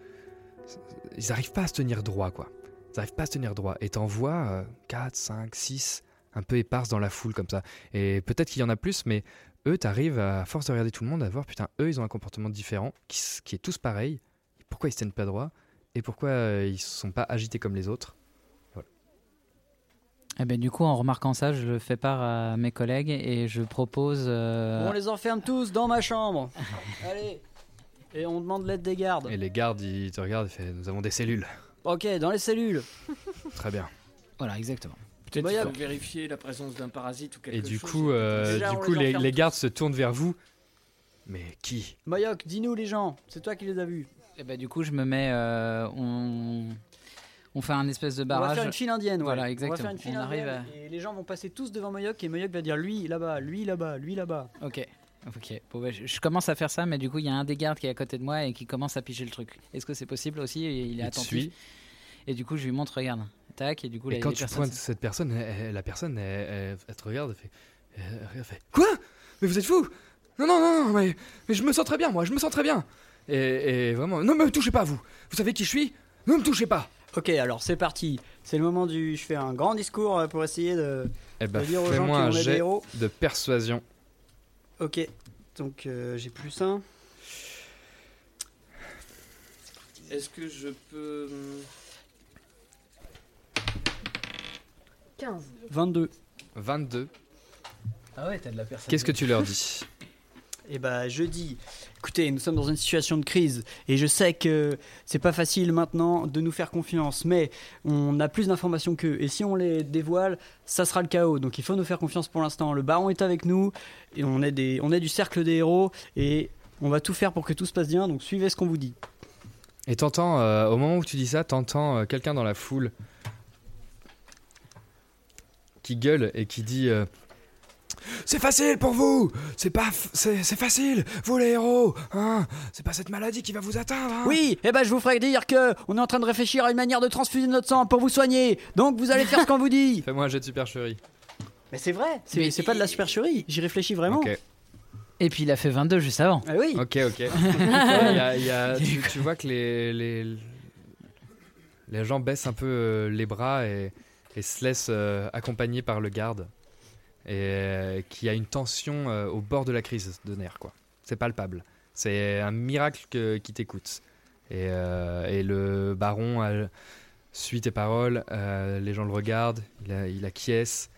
E: Ils n'arrivent pas à se tenir droit, quoi. Ils n'arrivent pas à se tenir droit. Et t'en vois euh, 4, 5, 6, un peu éparses dans la foule, comme ça. Et peut-être qu'il y en a plus, mais eux, t'arrives, à force de regarder tout le monde, à voir, putain, eux, ils ont un comportement différent, qui, qui est tous pareil. Pourquoi ils se tiennent pas droit Et pourquoi euh, ils ne sont pas agités comme les autres
I: eh ben, du coup, en remarquant ça, je le fais part à mes collègues et je propose. Euh...
D: On les enferme tous dans
E: [LAUGHS]
D: ma chambre. Allez. Et on demande l'aide des gardes.
E: Et les gardes, ils te regardent et font Nous avons des cellules. [LAUGHS]
D: Ok, dans les cellules.
E: Très bien.
I: Voilà, exactement.
G: Peut-être bah, faut... vérifier la présence d'un parasite ou quelque
E: chose. Et du
G: chose.
E: coup, euh, Déjà, du coup les, les, les gardes se tournent vers vous. Mais qui
D: Mayoc, dis-nous les gens. C'est toi qui les as vus.
I: Et ben, du coup, je me mets. Euh, on on fait un espèce de barrage.
D: On va faire une file indienne. Ouais.
I: Voilà, exactement.
D: On, va faire une on arrive à... Et les gens vont passer tous devant Moyoc et Moyoc va dire lui là-bas, lui là-bas, lui là-bas.
I: Ok. Ok, bon, bah, je, je, commence à faire ça, mais du coup, il y a un des gardes qui est à côté de moi et qui commence à piger le truc. Est-ce que c'est possible aussi Il est attentif. Et du coup, je lui montre, regarde. Tac, et du coup,
E: et
I: là,
E: quand tu
I: personnes...
E: pointes cette personne, elle, la personne, elle, elle, te regarde, elle fait, elle fait Quoi Mais vous êtes fou Non, non, non, non mais, mais, je me sens très bien, moi, je me sens très bien. Et, et vraiment, non, mais me touchez pas, vous Vous savez qui je suis Ne me touchez pas
D: Ok, alors c'est parti. C'est le moment du. Je fais un grand discours euh, pour essayer de,
E: eh ben,
D: de dire
E: aux gens qui ont des héros. De persuasion.
D: Ok, donc euh, j'ai plus un.
G: Est-ce que je peux. hum,
C: 15.
D: 22.
E: 22.
G: Ah ouais, t'as de la personne.
E: Qu'est-ce que tu leur dis
D: Et bah je dis, écoutez, nous sommes dans une situation de crise et je sais que c'est pas facile maintenant de nous faire confiance, mais on a plus d'informations qu'eux et si on les dévoile, ça sera le chaos. Donc il faut nous faire confiance pour l'instant. Le baron est avec nous et on est, des, on est du cercle des héros et on va tout faire pour que tout se passe bien, donc suivez ce qu'on vous dit.
E: Et t'entends, euh, au moment où tu dis ça, t'entends euh, quelqu'un dans la foule qui gueule et qui dit... Euh, c'est facile pour vous C'est pas... C'est facile Vous les héros Hein C'est pas cette maladie qui va vous atteindre hein
D: Oui Eh ben je vous ferai dire que on est en train de réfléchir à une manière de transfuser notre sang pour vous soigner Donc vous allez faire ce qu'on vous dit
E: Fais-moi un jet de supercherie.
D: Mais c'est vrai, c'est c'est pas de la supercherie, j'y réfléchis vraiment.
I: Et puis il a fait 22 juste avant.
D: Ah oui
E: Ok, ok. [LAUGHS] Il y a- il y a- tu, tu vois que les, les, les gens baissent un peu euh, les bras et, et se laissent euh, accompagner par le garde. Et euh, qu'il y a une tension euh, au bord de la crise de nerfs, quoi. C'est palpable. C'est un miracle que, qui t'écoute. Et, euh, et le baron euh, suit tes paroles, euh, les gens le regardent, il, a- il acquiesce.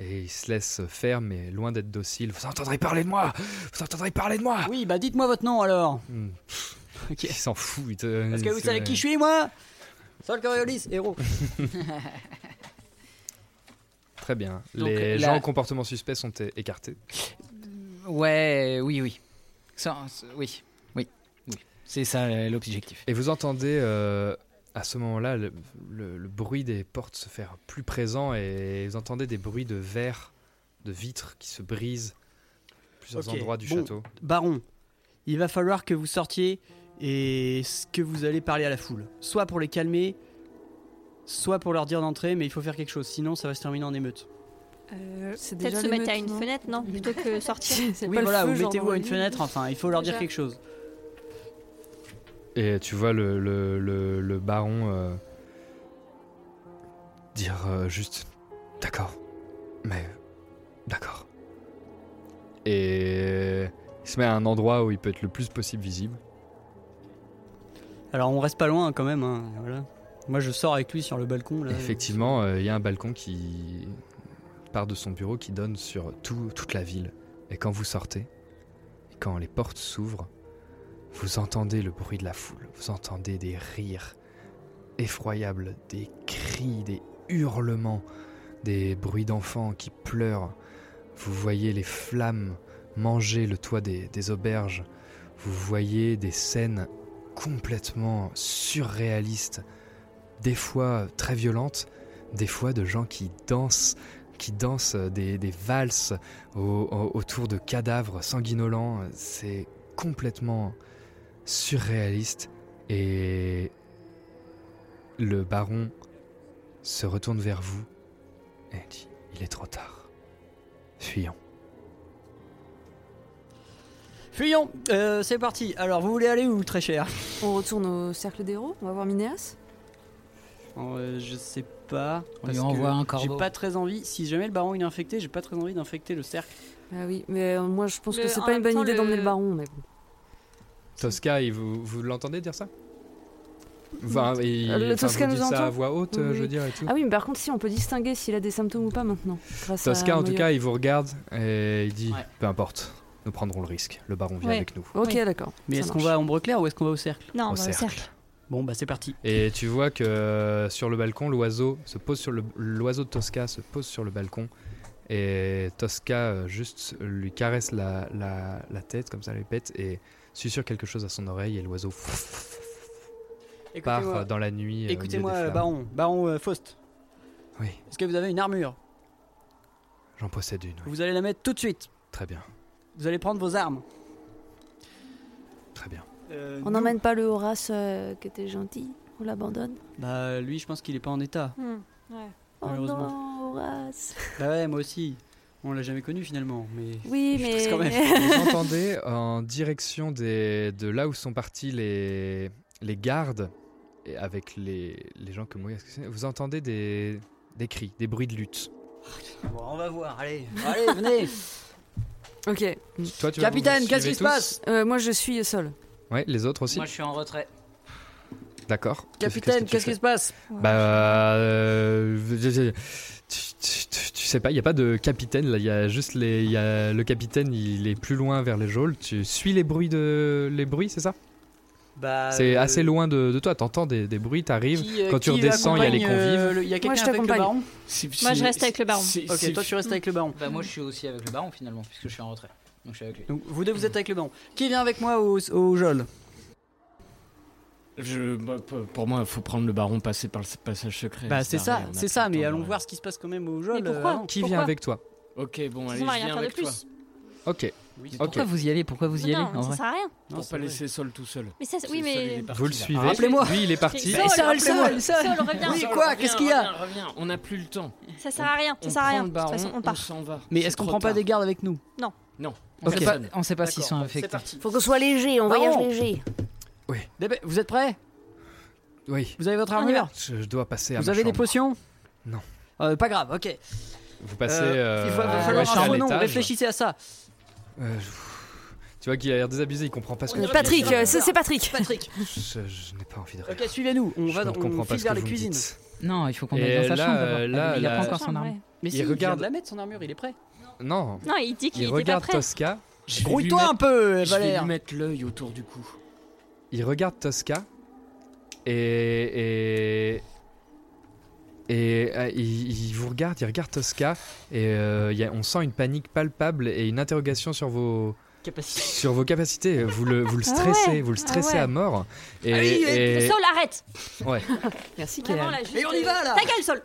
E: Et il se laisse faire, mais loin d'être docile. Vous entendrez parler de moi Vous entendrez parler de moi
D: Oui, bah dites-moi votre nom alors.
I: [LAUGHS]
E: Hmm. Il s'en fout. il te-
D: Parce que vous
E: c'est-
D: savez qui je suis, moi Sol Coriolis, héros.
E: Très bien.
I: Donc,
E: les
I: la-
E: gens au comportement suspect sont é- écartés.
I: Ouais, oui, oui. Sans- oui, oui, oui. C'est ça euh, l'objectif.
E: Et vous entendez euh, à ce moment-là le, le- le bruit des portes se faire plus présent et vous entendez des bruits de verre, de vitres qui se brisent à [LAUGHS] plusieurs
D: Ok,
E: endroits du
D: bon,
E: château.
D: Baron, il va falloir que vous sortiez et ce que vous allez parler à la foule. Soit pour les calmer, soit pour leur dire d'entrer, mais il faut faire quelque chose, sinon ça va se terminer en émeute.
F: Euh,
C: C'est
F: Peut-être
C: déjà
F: se mettre à
C: l'émeute,
F: une
C: non
F: fenêtre, non
C: [LAUGHS]
F: Plutôt que sortir.
C: C'est
D: Oui,
C: pas le
D: voilà,
C: feu,
D: vous
C: genre,
D: mettez-vous
C: dans
D: à une
C: le
D: fenêtre,
C: lit.
D: enfin, il faut leur dire
C: Déjà.
D: quelque chose.
E: Et tu vois le, le- le- le baron euh, dire euh, juste D'accord, mais d'accord. Et il se met à un endroit où il peut être le plus possible visible.
D: Alors on reste pas loin quand même, hein, voilà. Moi je sors avec lui sur le balcon là.
E: Effectivement, euh, il y a un balcon qui part de son bureau qui donne sur tout- toute la ville. Et quand vous sortez, et quand les portes s'ouvrent, vous entendez le bruit de la foule, vous entendez des rires effroyables, des cris, des hurlements, des bruits d'enfants qui pleurent. Vous voyez les flammes manger le toit des, des auberges. Vous voyez des scènes complètement surréalistes, des fois très violentes, des fois de gens qui dansent, qui dansent des, des valses au- au- autour de cadavres sanguinolents. C'est complètement surréaliste et le baron se retourne vers vous et dit Il est trop tard. Fuyons.
D: Fuyons, Euh, c'est parti. Alors vous voulez aller où très cher
C: On retourne au cercle d'héros, on va voir Minéas.
D: Euh, Je sais pas.
I: On
D: parce
I: lui
D: que
I: envoie un corbeau.
D: J'ai pas très envie, si jamais le baron il est infecté, j'ai pas très envie d'infecter le cercle.
C: Ah oui, mais euh, moi je pense
F: Le-
C: que c'est
F: en
C: pas une
F: même
C: bonne
F: temps,
C: idée d'emmener
F: le-
C: le baron, mais bon.
E: Tosca, il vous, vous l'entendez dire ça Enfin, il-
C: Euh, le
E: enfin,
C: Tosca
E: vous
C: nous
E: dites ça
C: entend
E: à voix haute, euh,
C: Oui.
E: je veux dire, et tout.
C: Ah oui, mais par contre, si on peut distinguer s'il a des symptômes ou pas maintenant. grâce à
E: Tosca, en tout
C: Moyo.
E: cas, il vous regarde et il dit Peu importe, nous prendrons le risque. Le baron vient
C: Ouais.
E: avec nous.
C: Ok,
F: Oui.
C: d'accord.
D: Mais
C: ça
D: est-ce qu'on
C: marche.
D: va à Ombre Claire ou est-ce qu'on va au cercle
F: Non, on
E: Au
F: va au
E: cercle.
F: cercle.
D: Bon bah c'est parti.
E: Et tu vois que euh, sur le balcon, l'oiseau se pose sur le l'oiseau de Tosca se pose sur le balcon et Tosca euh, juste lui caresse la, la- la tête comme ça, lui pète et susurre quelque chose à son oreille et l'oiseau part
D: Écoutez-moi.
E: euh, dans la nuit. euh, au milieu
D: Écoutez-moi,
E: des
D: euh,
E: flammes.
D: Baron, Baron euh, Faust.
E: Oui.
D: Est-ce que vous avez une armure
E: J'en possède une. oui.
D: Vous allez la mettre tout de suite.
E: Très bien,
D: Vous allez prendre vos armes.
E: très bien.
D: Euh,
F: On
D: nous-
F: n'emmène pas le Horace
C: euh,
F: qui était gentil On l'abandonne
D: Bah lui, je pense qu'il est pas en état,
F: Hmm, Ouais.
D: malheureusement.
F: non, Horace
D: Bah ouais, moi aussi. On l'a jamais connu finalement, mais.
F: Oui,
D: je
F: mais-
D: triste quand même. [LAUGHS]
E: Vous entendez en direction des, de là où sont partis les, les gardes, et avec les, les gens que moi, vous entendez des, des cris, des bruits de lutte.
D: Bon, on va voir. Allez, allez, [LAUGHS] venez.
C: Ok.
E: Toi, tu
D: Mm. Capitaine,
E: vous
D: qu'est-ce
E: suivez
D: qui se
E: tous
D: passe
C: Euh, moi je suis seul.
E: Ouais, les autres aussi
I: Moi, je suis en retrait.
E: D'accord.
D: Capitaine, qu'est-ce qui se passe
E: Bah. euh, je- je- tu, tu- tu- tu sais pas, il n'y a pas de capitaine là, il y a juste les. il Y a, le capitaine, il est plus loin vers les geôles. Tu suis les bruits, de, les bruits c'est ça
D: Bah.
E: C'est
D: euh,
E: assez loin de, de toi, t'entends des, des bruits, t'arrives.
D: qui, euh,
E: Quand tu
D: qui
E: redescends, il y a les
D: accompagne, euh,
E: convives.
D: le- Il y a
C: Moi,
D: quelqu'un
C: je
D: avec le
C: t'accompagne.
D: baron
F: Moi, je reste avec le baron.
D: Ok, toi tu restes avec le baron.
I: Bah, moi, je suis aussi avec le baron finalement, puisque je suis en retrait. Donc, je suis avec lui.
D: Donc vous deux vous êtes avec le baron. Qui vient avec moi au, au geôle
G: Je, bah, p- pour moi, il faut prendre le baron, passer par le passage secret.
D: Bah c'est ça,
G: arrivé, on a
D: c'est
G: plus
D: ça,
G: le temps euh,
D: mais
G: de-
D: allons voir ce qui se passe quand même au geôle.
F: Mais pourquoi
D: euh, avant.
E: Qui
F: Pourquoi
E: vient avec toi
G: Ok, bon,
F: Sinon, on
G: allez, je
F: va rien
G: viens
F: faire de
G: avec toi.
F: plus.
E: Ok.
I: Oui. Pourquoi vous y allez Pourquoi vous y
F: Non,
I: allez en
F: ça
I: vrai
F: sert à rien.
G: Non, pas laisser Sol tout seul.
F: Mais ça, oui, mais.
G: parti,
E: Vous le
G: là.
E: suivez.
G: Rappelez-moi.
E: Lui, il est parti.
F: Sol, Sol, Sol, Sol, reviens.
G: Oui, quoi Qu'est-ce qu'il y a Reviens, reviens. on n'a plus le temps.
F: Ça sert à rien, ça
G: on
F: sert à
G: prend
F: rien.
G: le
F: De toute
G: baron,
F: façon, on
G: on
F: part.
G: s'en va.
D: Mais est-ce qu'on prend pas des gardes avec nous
F: Non.
G: Non.
I: On sait pas-
G: Personne.
I: on sait pas s'ils
G: D'accord,
I: sont
G: bon,
I: infectés.
G: C'est parti.
C: Faut qu'on soit léger, on voyage
D: Baron
C: léger.
D: Dépêche- Vous êtes prêts
E: Oui.
D: Vous avez votre armure
E: Je, je dois passer à
D: Vous
E: ma
D: avez des
E: chambre.
D: potions
E: Non.
D: Euh, Pas grave, ok.
E: Vous passez.
D: Euh, il va, va
E: euh,
D: falloir
E: ouais,
D: un
E: à
D: faux nom,
E: l'étage.
D: réfléchissez à ça.
E: Euh, je- Tu vois qu'il a l'air désabusé, il comprend pas ce que je
C: Patrick,
E: dis.
C: euh, c'est c'est Patrick.
D: [LAUGHS] Patrick.
E: Je, je n'ai pas envie de rire.
D: Ok, suivez-nous. On va
E: Je
D: dans,
E: ne comprends
D: on
E: pas
D: file
E: ce que
D: vers les
E: vous me
D: cuisines.
E: dites.
I: Non, il faut qu'on
E: Et
I: aille dans sa
E: là,
I: chambre. d'abord.
E: euh, là,
I: il a
E: là-
I: pas encore son arme.
D: Mais
E: Il
D: si, il vient
E: regarde-
D: de la mettre son armure, il est prêt.
E: Non.
F: Non, il dit qu'il
E: Il
F: était
E: regarde
F: pas prêt.
E: Tosca.
G: Je vais lui
D: Grouille-toi
G: mettre-
D: un peu,
G: Je vais
D: Valère.
G: lui mettre l'œil autour du cou.
E: Il regarde Tosca. Et. Et. Et euh, il, il vous regarde, il regarde Tosca. Et euh, il y a- on sent une panique palpable et une interrogation sur vos.
D: Capacité.
E: Sur vos capacités, vous le, vous le
F: Ah
E: stressez,
F: ouais,
E: vous le
F: ah
E: stressez
F: ouais. Ah
E: à mort. Et, et-
F: Sol, arrête
E: ouais.
C: Ah Merci,
F: Vraiment, là,
C: Kéal.
F: juste... euh,
D: Et on y va, là
F: Ta gueule, Sol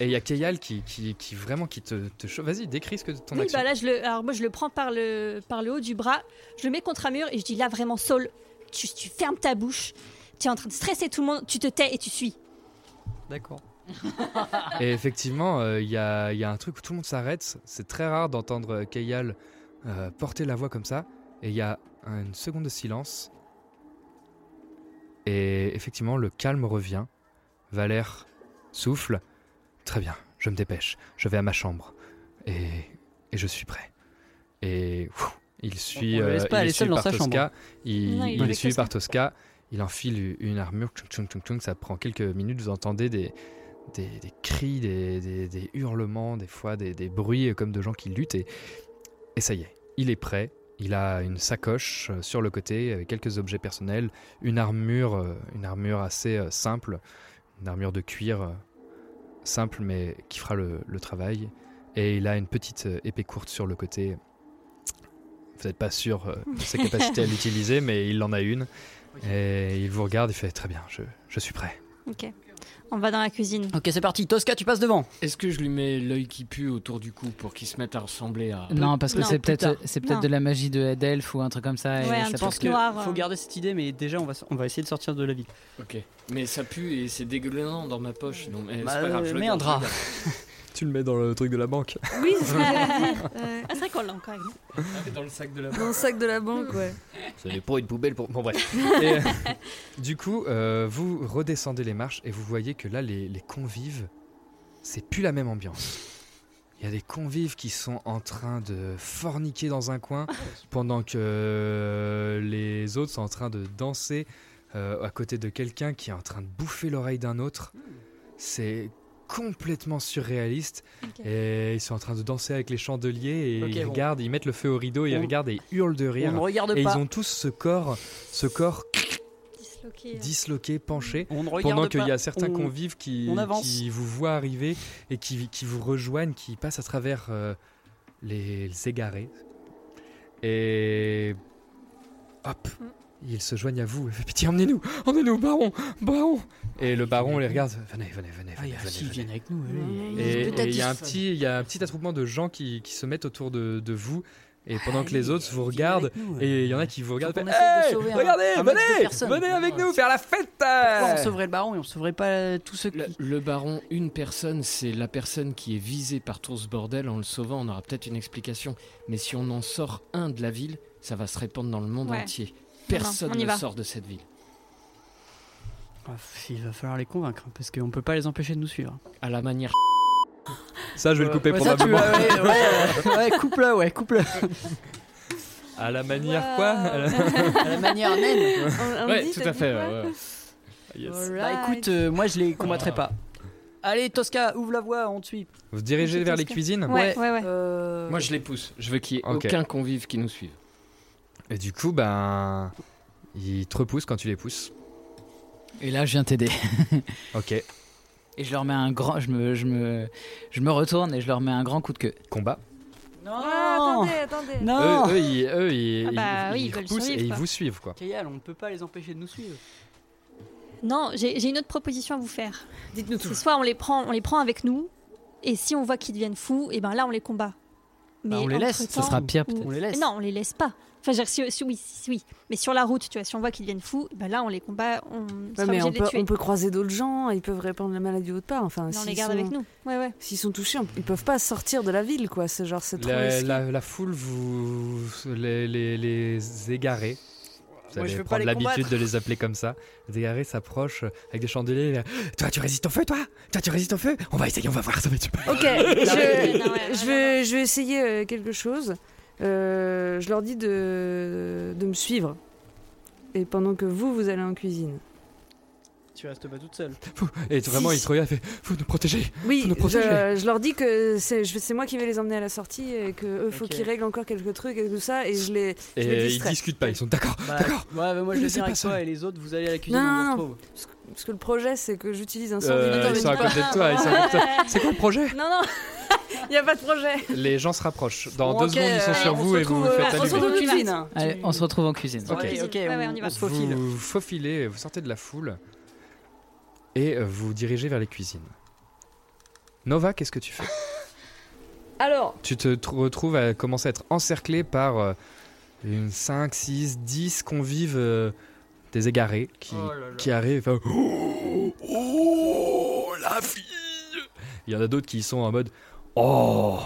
E: Et il y a Keyal qui, qui, qui vraiment qui te, te chauffe. Vas-y, décris ce que ton
F: Oui,
E: action.
F: bah là, je le, alors moi, je le prends par le, par le haut du bras, je le mets contre un mur et je dis là, vraiment, Saul, tu, tu fermes ta bouche, tu es en train de stresser tout le monde, tu te tais et tu suis.
D: D'accord.
E: Et effectivement, euh, il y, a, il y a un truc où tout le monde s'arrête. C'est très rare d'entendre Kayal euh, porter la voix comme ça. Et il y a un- une seconde de silence. Et effectivement, le calme revient. Valère souffle. Très bien, je me dépêche. Je vais à ma chambre. Et, et je suis prêt. Et ouf, il suit, euh,
D: On- on le laisse pas
E: il est
D: aller
E: suivi
D: seul dans
E: par
D: sa chambre.
E: Tosca. Il,
F: Non, il est
E: il est
F: avec
E: suivi
F: Tosca.
E: par Tosca. Il enfile une armure. tchoum, tchoum, tchoum, tchoum, Ça prend quelques minutes. Vous entendez des, des, des cris, des, des- des hurlements, des fois des, des bruits euh, comme de gens qui luttent. Et, et ça y est, il est prêt. Il a une sacoche euh, sur le côté avec quelques objets personnels, une armure, euh, une armure assez euh, simple, une armure de cuir euh, simple mais qui fera le, le travail. Et il a une petite euh, épée courte sur le côté. Vous n'êtes pas sûr euh, de ses capacités à l'utiliser, mais il en a une. Et il vous regarde, il fait très bien, je, je suis prêt.
F: Ok. On va dans la cuisine.
D: Ok, c'est parti. Tosca, tu passes devant.
G: Est-ce que je lui mets l'œil qui pue autour du cou pour qu'il se mette à ressembler à.
I: Non, parce que
F: Non,
I: c'est
D: plus
I: peut-être
D: tard.
I: c'est peut-être
F: Non.
I: de la magie de Edelf ou un truc comme ça. et
F: Ouais, un petit
D: Je
I: ça peut-
D: pense
F: Parce
D: qu'il
F: noir,
D: faut
F: euh.
D: garder cette idée, mais déjà, on va, s- on va essayer de sortir de la ville.
G: Ok. Mais ça pue et c'est dégueulant dans ma poche. Non, mais
D: Bah,
G: c'est pas grave. Je
D: euh,
G: le
D: mets un
G: garde,
D: drap.
G: je le garde.
E: Tu le mets dans le truc de la banque.
C: Oui, c'est ce
D: [LAUGHS]
C: que
E: [LAUGHS]
C: j'allais dire.
F: Euh, ah, c'est vrai qu'on l'a encore. avec nous.
G: Dans le sac de la
C: Dans le sac de la banque, ouais.
E: Ce n'est pas une poubelle pour. Bon, bref. Et, euh, du coup, euh, vous redescendez les marches et vous voyez que là, les, les convives, c'est plus la même ambiance. Il y a des convives qui sont en train de forniquer dans un coin pendant que euh, les autres sont en train de danser euh, à côté de quelqu'un qui est en train de bouffer l'oreille d'un autre. C'est complètement surréaliste
F: Ok.
E: et ils sont en train de danser avec les chandeliers et
D: Ok,
E: ils
D: bon.
E: regardent, ils mettent le feu au rideau, ils
D: On-
E: regardent et ils hurlent de rire.
D: On ne regarde
E: Et
D: pas.
E: ils ont tous ce corps, ce corps
F: Disloqué, euh.
E: disloqué, penché,
D: On ne regarde
E: pendant
D: pas.
E: qu'il y a certains
D: On-
E: convives qui,
D: on avance.
E: qui vous voient arriver et qui, qui vous rejoignent, qui passent à travers euh, les, les égarés. Et hop,
D: Mm.
E: ils se joignent à vous. [LAUGHS] Pitié, emmenez-nous, emmenez-nous, baron,
D: bah
E: baron. Et le baron les regarde. Venez, venez, venez,
D: Ah,
E: venez,
D: il y a-
E: venez,
D: si, ils
E: venez.
D: viennent avec nous. allez.
E: Et
D: Peut-être
E: et il y, a un
D: ils-
E: petit- il y a un petit attroupement de gens qui, qui se mettent autour de, de vous. Et pendant que
D: Allez,
E: les autres vous
D: viens
E: regardent,
D: avec nous,
E: et il y en a qui vous regardent.
D: Faut qu'on
E: fait,
D: essaie de
E: Hey,
D: sauver un-
E: regardez,
D: un max de
E: venez,
D: personnes. Ah,
E: venez avec nous faire la fête.
D: Pourquoi on sauverait le baron et on sauverait pas tous ceux qui.
G: Le, le baron, une personne, c'est la personne qui est visée par tout ce bordel. En le sauvant, on aura peut-être une explication. Mais si on en sort un de la ville, ça va se répandre dans le monde
F: Ouais.
G: entier.
F: Non,
G: Personne
F: on y
G: ne
F: va.
G: sort de
F: [LAUGHS]
G: cette ville.
D: Ah, pff, Il va falloir les convaincre hein, parce qu'on peut pas les empêcher de nous suivre.
G: À la manière.
E: Ça, je vais le couper
D: Ouais, ça, tu-
E: probablement.
D: ouais, [LAUGHS] ouais, ouais, ouais, coupe-le, ouais, coupe-le.
E: À la manière quoi À la- [LAUGHS]
D: À la manière naine.
G: Ouais, tout à fait. ouais,
F: [LAUGHS]
G: Ah. ouais.
D: Bah écoute, euh, moi je les combattrai pas. Allez Tosca, ouvre la voie, on te suit.
E: Vous dirigez
F: Petit
E: vers les
F: Oscar.
E: cuisines.
F: Ouais, ouais, ouais.
C: Euh,
G: Moi, je les pousse. Je veux qu'il y ait
E: Ok.
G: aucun convive qui nous suive.
E: Et du coup, ben, ils te repoussent quand tu les pousses.
I: Et là, je viens [LAUGHS] t'aider.
E: Ok.
I: Et je leur mets un grand. Je me, je, me, je me retourne et je leur mets un grand coup de queue.
E: Combat.
D: Non
C: attendez, attendez.
D: Non
E: Eux, eux, ils, eux, ils-
F: Ah bah
E: ils-
F: oui,
E: ils
F: ils veulent
E: repoussent
F: survivre,
E: et ils
F: quoi.
E: vous suivent quoi.
D: Kayal, on ne peut pas les empêcher de nous suivre.
F: Non, j'ai j'ai une autre proposition à vous faire.
C: Dites-nous tout.
F: eh C'est soit on les prend, on les prend avec nous, et si on voit qu'ils deviennent fous, et ben là on les combat.
C: Bah,
F: Mais
I: on les laisse, ce
F: entre-temps,
I: sera pire peut-être.
F: ou- Non, on les laisse pas. Enfin, je veux dire, si, si- oui, si- oui. Mais sur la route, tu vois, si on voit qu'ils deviennent fous, ben là, on les combat, on sera
C: Ouais, mais
F: obligé
C: on
F: de les
C: peut,
F: tuer.
C: on peut croiser d'autres gens, ils peuvent répandre la maladie autre part. Enfin,
F: on
C: s'ils
F: les garde
C: sont-
F: avec nous. Ouais, ouais.
C: S'ils sont touchés, on- ils peuvent pas sortir de la ville, quoi. C'est genre, c'est trop
E: La,
C: risqué.
E: la- la foule, vous les, les, les égarez. Vous
C: Moi, je
E: allez
C: veux pas
E: prendre
C: les
E: l'habitude
C: combattre.
E: de les appeler comme ça. Les égarés s'approchent avec des chandeliers. là. Toi, tu résistes au feu, toi Toi, tu résistes au feu On va essayer, on va voir, ça va être super. [LAUGHS]
C: Ok, je, je vais, je vais essayer euh, quelque chose. Euh, je leur dis de, de me suivre. Et pendant que vous, vous allez en cuisine.
D: Tu restes pas toute seule.
E: Et vraiment,
D: Si.
E: ils te regardent et fait Faut nous protéger
C: Oui,
E: Faut nous
C: je,
E: protéger
C: je leur dis que c'est je- c'est moi qui vais les emmener à la sortie et que eux, faut
D: Ok.
C: qu'ils règlent encore quelques trucs et tout ça. Et je les, je les
E: Et ils
C: distrais.
E: discutent pas, ils sont d'accord,
D: Bah,
E: d'accord
D: Ouais, mais moi je
C: Ne
D: vais
C: laissez
D: venir
C: pas
D: avec toi
C: seul.
D: et les autres, vous allez à la cuisine,
C: Non,
D: on vous
C: non, non.
D: retrouve.
C: Parce que, parce que le projet, c'est que j'utilise un
E: Euh,
C: sandwich.
E: ils sont à côté de toi, ils sont à côté de toi. C'est quoi le projet
C: Non, [LAUGHS] non, il n'y a pas de projet.
E: Les gens se rapprochent. Dans
C: Bon,
E: deux
C: ok,
E: secondes, ils sont
C: euh,
E: sur
C: on
E: vous
C: se
E: et vous
C: retrouve,
E: vous
C: euh,
E: faites
C: on se
E: allumer.
C: retrouve tout de suite. Allez,
I: Allez, on se retrouve en cuisine.
E: Ok.
D: Ok, ok,
F: Ouais, ouais,
D: on,
F: on y va.
D: on se faufile.
E: Vous vous faufilez, vous sortez de la foule et euh, vous dirigez vers les cuisines. Nova, qu'est-ce que tu fais
C: Alors,
E: Tu te tr- retrouves à commencer à être encerclé par euh, une 5, 6, 10 convives euh, des égarés qui,
F: Oh
E: qui arrivent. enfin, Oh, oh, la fille Il y en a d'autres qui sont en mode Oh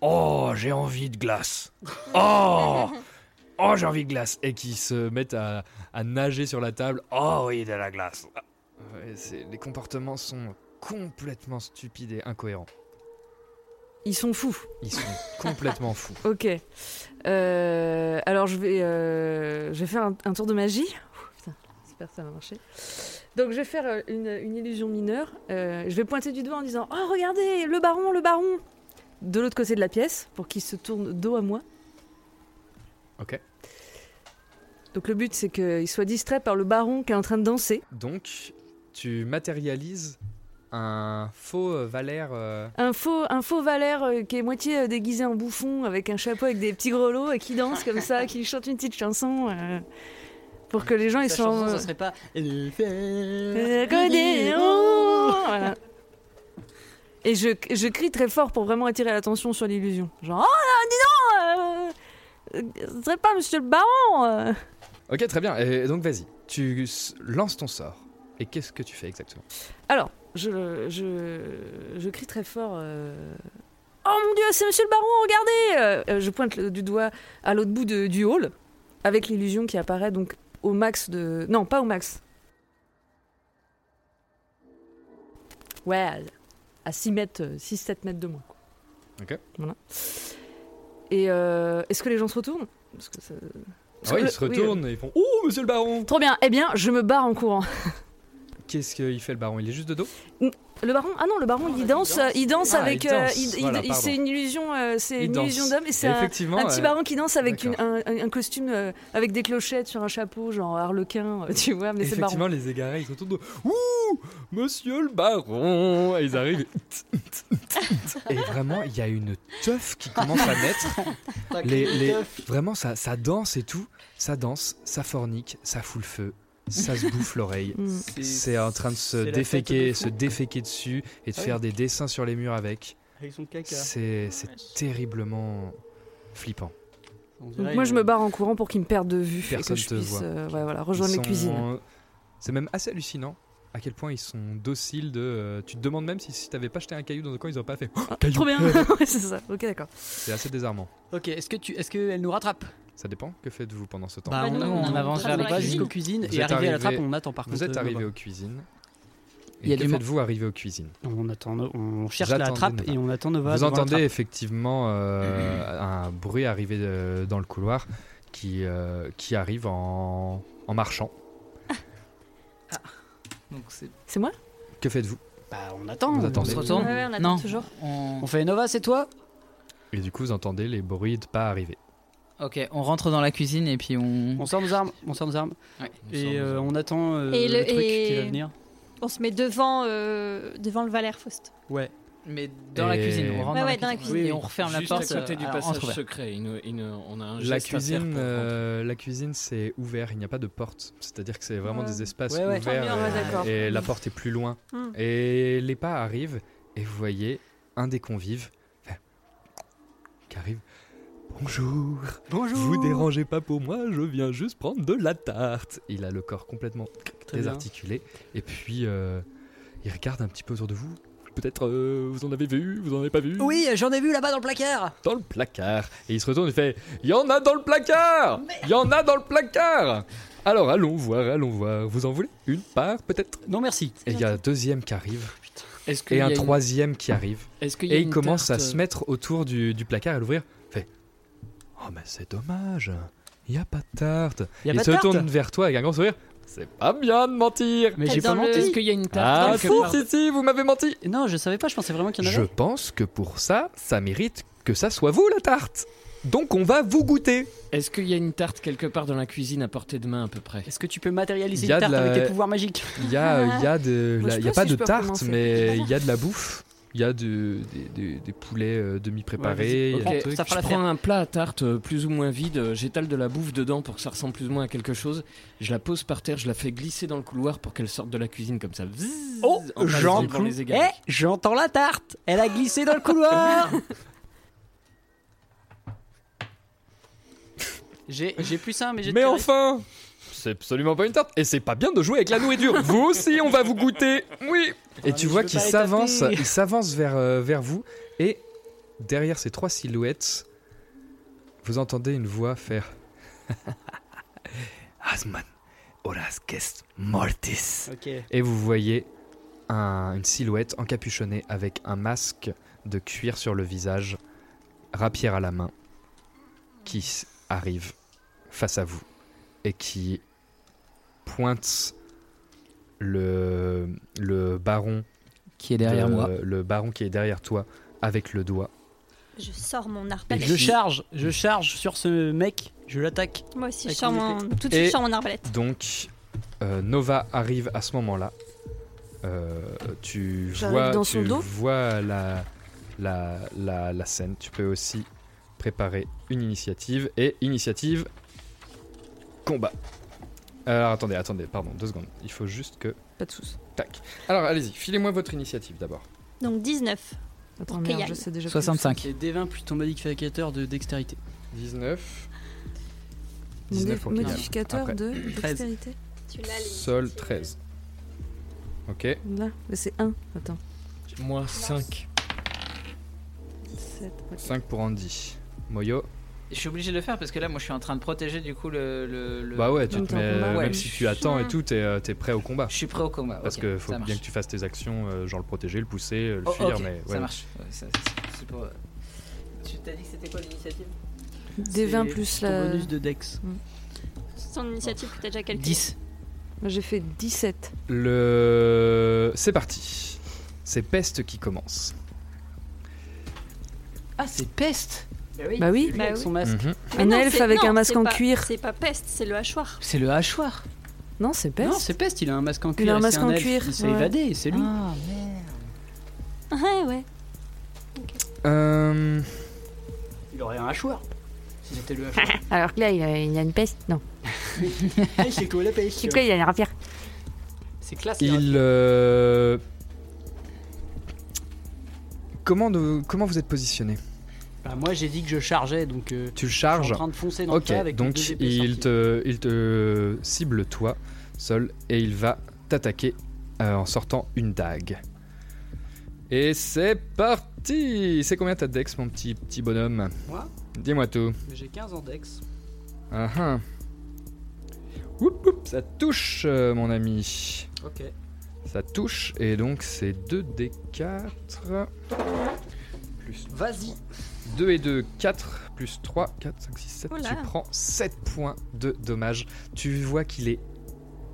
E: Oh, j'ai envie de glace Oh Oh, j'ai envie de glace Et qui se mettent à, à nager sur la table. Oh oui, de la glace Ah. Ouais, c'est- Les comportements sont complètement stupides et incohérents.
C: Ils sont fous.
E: Ils sont complètement fous.
C: [LAUGHS] Ok. Euh, alors je vais, euh, je vais faire un, un tour de magie. Ouh, putain, j'espère que ça va marcher. Donc je vais faire euh, une, une illusion mineure. Euh, je vais pointer du doigt en disant Oh regardez, le baron, le baron De l'autre côté de la pièce pour qu'il se tourne dos à moi.
E: Ok.
C: Donc le but c'est qu'il soit distrait par le baron qui est en train de danser.
E: Donc, tu matérialises un faux euh, Valère. euh,
C: Un faux, un faux Valère euh, qui est moitié euh, déguisé en bouffon avec un chapeau avec des petits grelots et qui danse comme ça, qui chante une petite chanson euh, pour que les gens ils
D: Sa
C: soient.
D: chanson,
C: euh,
D: ça serait pas.
C: Accordéon Et je, je crie très fort pour vraiment attirer l'attention sur l'illusion. Genre, oh là, dis donc euh, euh, Ce serait pas monsieur le baron euh.
E: Ok, très bien. Et donc, vas-y. Tu s- lances ton sort. Et qu'est-ce que tu fais exactement
C: Alors, je, je, je crie très fort. euh, Oh mon dieu, c'est monsieur le baron, regardez Euh, Je pointe le- du doigt à l'autre bout de- du hall, avec l'illusion qui apparaît donc au max de. Non, pas au max. Ouais, à, à 6 mètres, 6-7 mètres de moi. quoi.
E: Ok.
C: Voilà. Et euh, est-ce que les gens se retournent Parce que ça-
E: Ah ouais, ils se
C: Oui, euh,
E: retournent et ils font Oh, monsieur le baron
C: Trop bien, eh bien, je me barre en courant.
E: Qu'est-ce qu'il fait le baron Il est juste de dos
C: Le baron Ah non, le baron, il danse, euh, il danse
E: Ah, il
C: avec.
E: danse.
C: euh, il- il-
E: Voilà,
C: il-
E: pardon.
C: c'est une illusion, euh, c'est
E: Il
C: une
E: danse.
C: illusion d'homme et c'est
E: Et
C: un,
E: effectivement,
C: un petit
E: euh,
C: baron qui danse avec une-
E: d'accord.
C: un, un- un costume euh, avec des clochettes sur un chapeau, genre harlequin, euh, tu vois, mais c'est le
E: Effectivement,
C: baron.
E: les égarés, ils se retournent. Ouh, monsieur le baron Et ils arrivent. Et, et vraiment, il y a une teuf qui commence à
G: [LAUGHS]
E: naître.
D: T'as
E: Les-
D: crié
E: les-
D: teuf.
E: Vraiment, ça, ça danse et tout. Ça danse, ça fornique, ça fout le feu, ça se bouffe l'oreille.
C: Mm.
D: C'est-
E: C'est en train de se
D: c'est la fête
E: déféquer,
D: de
E: se
D: fou.
E: déféquer dessus et de
D: Ah oui.
E: faire des dessins sur les murs avec.
D: Avec son caca.
E: C'est c'est terriblement flippant.
D: On
C: Donc
D: dirait
C: moi,
D: une-
C: je me barre en courant pour qu'il me perde de vue et
E: Personne
C: que je
E: te
C: puisse
E: voit.
C: euh, ouais, voilà,
E: Ils
C: rejoindre
E: sont-
C: les cuisines.
E: C'est même assez hallucinant à quel point ils sont dociles. De, euh, tu te demandes même si, si t'avais pas jeté un caillou dans un coin, ils auraient pas fait. Oh, caillou
C: Ah,
E: [LAUGHS]
C: Trop bien, ouais, c'est ça. Ok, d'accord.
E: C'est assez désarmant.
D: Ok, est-ce que tu, est-ce qu'elle nous rattrape
E: Ça dépend. Que faites-vous pendant ce temps
D: Bah, on, on avance vers
I: la
D: la
I: cuisine.
D: jusqu'aux cuisines
E: Vous
D: et
E: êtes
D: arrivé à la trappe,
E: arrivé-
D: on attend par contre.
E: Vous êtes
D: euh,
E: arrivé
D: Nova.
E: aux cuisines.
D: Il y
E: Et
D: a
E: que
D: du mo-
E: faites-vous arrivé aux cuisines
D: On attend, No- on cherche la
E: attendez
D: trappe
E: Nova.
D: et on attend Nova.
E: Vous
D: devant la
E: entendez
D: trappe.
E: effectivement euh, un bruit arriver euh, dans le couloir qui, euh, qui arrive en, en marchant.
I: Donc c'est
C: C'est moi
E: Que faites-vous
D: Bah, on attend.
E: Vous
I: on
E: attendez.
I: se retourne.
F: Ouais, ouais, on attend
I: non,
F: toujours.
I: On...
D: On fait Nova, c'est toi
E: Et du coup, vous entendez les bruits de pas arriver.
I: Ok, on rentre dans la cuisine et puis on.
D: On sort nos armes, on sort nos armes
I: Ouais.
D: et euh, on attend euh,
F: Et
D: le,
F: le-
D: truc qui
F: et-
D: va venir.
F: On se met devant, euh, devant le Valère Faust.
D: Ouais.
I: Mais dans la
E: Et-
I: cuisine, on rentre
F: Ouais,
I: dans,
F: ouais,
I: la,
F: dans la
I: cuisine.
F: cuisine.
I: et on referme
G: Juste
I: la porte.
G: à côté du
I: euh, alors,
G: passage
I: entrouvert.
G: secret. il nous- il nous- on a un
E: La
G: geste à faire
E: cuisine,
G: pour rentrer.
E: euh, la cuisine, c'est ouvert. Il n'y a pas de porte. C'est-à-dire que c'est vraiment
C: Ouais.
E: des espaces
D: Ah. Ouais, ouais.
E: ouverts.
C: Tant mieux, ouais, d'accord.
E: et la porte est plus loin.
F: Hmm.
E: Et les pas arrivent. Et vous voyez un des convives. faire qui arrive. Bonjour.
D: Bonjour.
E: Vous dérangez pas pour moi, je viens juste prendre de la tarte. Il a le corps complètement
D: Très bien.
E: désarticulé. Et puis, euh, il regarde un petit peu autour de vous. Peut-être euh, vous en avez vu, vous en avez pas vu
D: Oui, j'en ai vu là-bas dans le placard.
E: Dans le placard. Et il se retourne et fait Il y en a dans le placard Il y en a dans le placard Alors allons voir, allons voir. Vous en voulez Une part peut-être
D: Non, merci.
E: Et il y a un deuxième qui arrive.
L: Est-ce qu'il
E: Et
L: y a
E: un
L: une-
E: troisième qui arrive.
L: Est-ce qu'il y a
E: Et il
L: une
E: commence à
L: tarte, euh,
E: se mettre autour du, du placard et l'ouvrir. Fait Oh, mais c'est dommage. Il n'y a pas de tarte.
L: Y a
E: il
L: pas de
E: se
L: tarte
E: tourne vers toi avec un grand sourire. C'est pas bien de mentir.
L: Mais j'ai Dans pas menti. le- Est-ce qu'il y a une tarte
E: Ah,
L: dans le
E: si,
L: four
E: si, si, vous m'avez menti.
D: Non, je savais pas, je pensais vraiment qu'il y en
E: Je
D: avait.
E: pense que pour ça, ça mérite que ça soit vous la tarte. Donc on va vous goûter.
G: Est-ce qu'il y a une tarte quelque part dans la cuisine à portée de main à peu près
D: Est-ce que tu peux matérialiser
E: Il y a
D: une
E: de
D: tarte
E: la-
D: avec tes pouvoirs magiques
E: Il y
D: [LAUGHS]
E: a, euh, il y a de,
D: Moi,
E: la-
D: je
E: il y a
D: pense
E: pas
D: si
E: de
D: je peux
E: tarte,
D: recommencer.
E: mais il y a de la bouffe. Il y a de- des, des- des poulets euh, demi-préparés. il y a des trucs.
G: je prends un plat à tarte euh, plus ou moins vide, euh, j'étale de la bouffe dedans pour que ça ressemble plus ou moins à quelque chose, je la pose par terre, je la fais glisser dans le couloir pour qu'elle sorte de la cuisine comme ça. Vzz,
D: Oh,
G: en passant
D: j'en-
G: devant les
D: Eh,
G: égards.
D: j'entends la tarte. Elle a glissé [LAUGHS] dans le couloir. j'ai j'ai plus ça, mais j'ai.
E: Mais enfin C'est absolument pas une tarte. Et c'est pas bien de jouer avec la noue et
D: [LAUGHS]
E: dure. vous aussi, on va vous goûter. Oui. Et tu
D: Ah, mais
E: vois
D: je veux
E: qu'il
D: pas les
E: s'avance,
D: taper.
E: il s'avance vers, euh, vers vous. Et derrière ces trois silhouettes, vous entendez une voix
D: [LAUGHS]
E: faire. Asman, Horas Quest Mortis.
D: Ok.
E: Et vous voyez un- une silhouette encapuchonnée avec un masque de cuir sur le visage, rapière à la main, qui s- arrive face à vous et qui pointe le, le baron
I: qui est derrière moi.
E: le baron qui est derrière toi avec le doigt.
F: Je sors mon
D: Et
F: arbalète.
D: Bah, je charge, je charge sur ce mec, je l'attaque.
F: Moi aussi, je
D: Avec
F: sors
D: mon
F: mon...
D: épée.
F: tout de suite, je sors mon arbalète.
E: Donc, euh, Nova arrive à ce moment-là. Euh, tu
F: J'arrive
E: vois,
F: dans
E: tu
F: son dos
E: vois la, la, la, la scène. Tu peux aussi préparer une initiative. Et initiative, combat. Alors attendez, attendez, pardon, deux secondes. Il faut juste que...
C: Pas de soucis.
E: Tac. Alors allez-y, filez-moi votre initiative d'abord.
F: Donc 19.
C: Attends,
F: pour
C: merde,
F: Kayan.
C: je sais déjà.
D: Et D20 plus ton modificateur de dextérité.
E: 19.
C: Mon
E: 19
C: dé-
E: pour Kylian.
C: modificateur
E: Après.
C: de
D: Treize.
C: dextérité.
F: Tu l'as, les-
E: Sol 13. Ok.
C: Là, mais c'est 1. Attends.
G: Moi 5.
C: 7.
E: 5 pour Andy. Moyo.
K: Je suis obligé de le faire parce que là, moi, je suis en train de protéger du coup le. le- le-
E: Bah ouais, tu te mets,
K: Ouais.
E: même si tu attends et tout, t'es euh, t'es prêt au combat.
K: Je suis prêt au combat.
E: Parce
K: ok,
E: que faut
K: ça marche.
E: bien que tu fasses tes actions, euh, genre le protéger, le pousser, euh, le
K: Oh,
E: fuir,
K: ok,
E: mais
K: Ça
E: ouais.
K: marche. Ouais, ça- c'est- c'est pour, euh, Tu t'as dit que c'était quoi l'initiative
C: Des 20 plus
D: ton
C: la. Mm.
D: bonus de dex.
F: C'est Son initiative que t'as déjà calculée.
D: 10.
C: Moi, J'ai fait 17.
E: Le, c'est parti. C'est peste qui commence.
K: Ah, c'est peste
C: Bah oui.
D: Lui
F: Bah
D: avec
F: oui.
D: son masque.
E: Mhm.
F: Mais
C: Un
F: non,
C: elfe
F: c'est-
C: avec
F: non,
C: un masque
F: c'est
C: en
F: pas-
C: cuir.
F: C'est pas peste, c'est le hachoir.
K: C'est le hachoir.
C: Non, c'est
D: Non,
C: peste.
D: c'est peste, il a un masque en cuir.
C: a un
D: et
C: masque
D: c'est
C: en
D: elfe.
C: cuir,
D: Il s'est
C: ouais.
D: évadé, c'est lui.
K: Ah merde.
F: Ouais, Ah, ouais.
E: Euh,
D: Il aurait un hachoir. Si c'était le
C: [LAUGHS]
D: hachoir.
C: Alors que là, il y a, il y a une peste. Non.
D: Eh, c'est quoi la peste
C: C'est quoi, il y a une rapière.
D: C'est classe. les
E: il. euh, Comment, de- comment vous êtes positionné
D: Bah, moi j'ai dit que je chargeais donc euh,
E: Tu le
D: je suis
E: charges
D: en train de foncer dans le
E: Ok,
D: tas avec
E: donc
D: mes deux épées
E: il
D: sorties.
E: te, il te cible toi seul et il va t'attaquer euh, en sortant une dague. Et c'est parti C'est combien ta dex, mon petit, petit bonhomme
D: Moi
E: Dis-moi tout.
D: J'ai 15 en dex.
E: Ah ah. Oup, oup, ça touche, euh, mon ami.
D: Ok.
E: Ça touche, et donc c'est 2d4. Plus
D: Vas-y.
E: 2 et 2, 4, plus 3, 4, 5, 6, 7.
F: Oula.
E: Tu prends 7 points de dommage. Tu vois qu'il est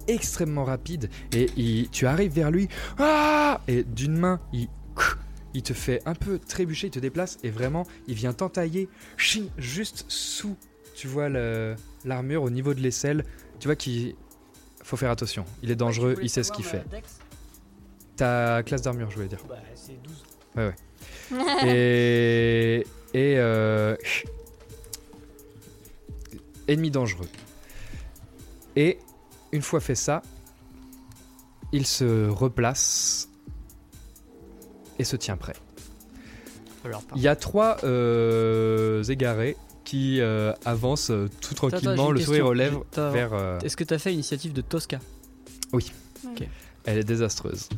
E: extrêmement rapide et il- tu arrives vers lui. Ah et d'une main, il, [CLEARS THROAT] il te fait un peu trébucher, il te déplace et vraiment, il vient t'entailler ching, juste sous, tu vois, le- l'armure au niveau de l'aisselle. Tu vois qu'il faut faire attention. Il est dangereux, il sait ce qu'il fait. Ta classe d'armure, je voulais dire.
D: Bah, c'est 12.
E: et et euh, ennemi dangereux. Et une fois fait ça, il se replace et se tient prêt. Alors, Il y a trois euh, égarés qui euh, avancent euh, tout tranquillement,
L: Attends, j'ai une
E: le sourire
L: question.
E: aux lèvres,
L: T'as-
E: vers. euh,
L: Est-ce que t'as fait l'initiative de Tosca
E: Oui.
L: Ok.
E: Elle est désastreuse.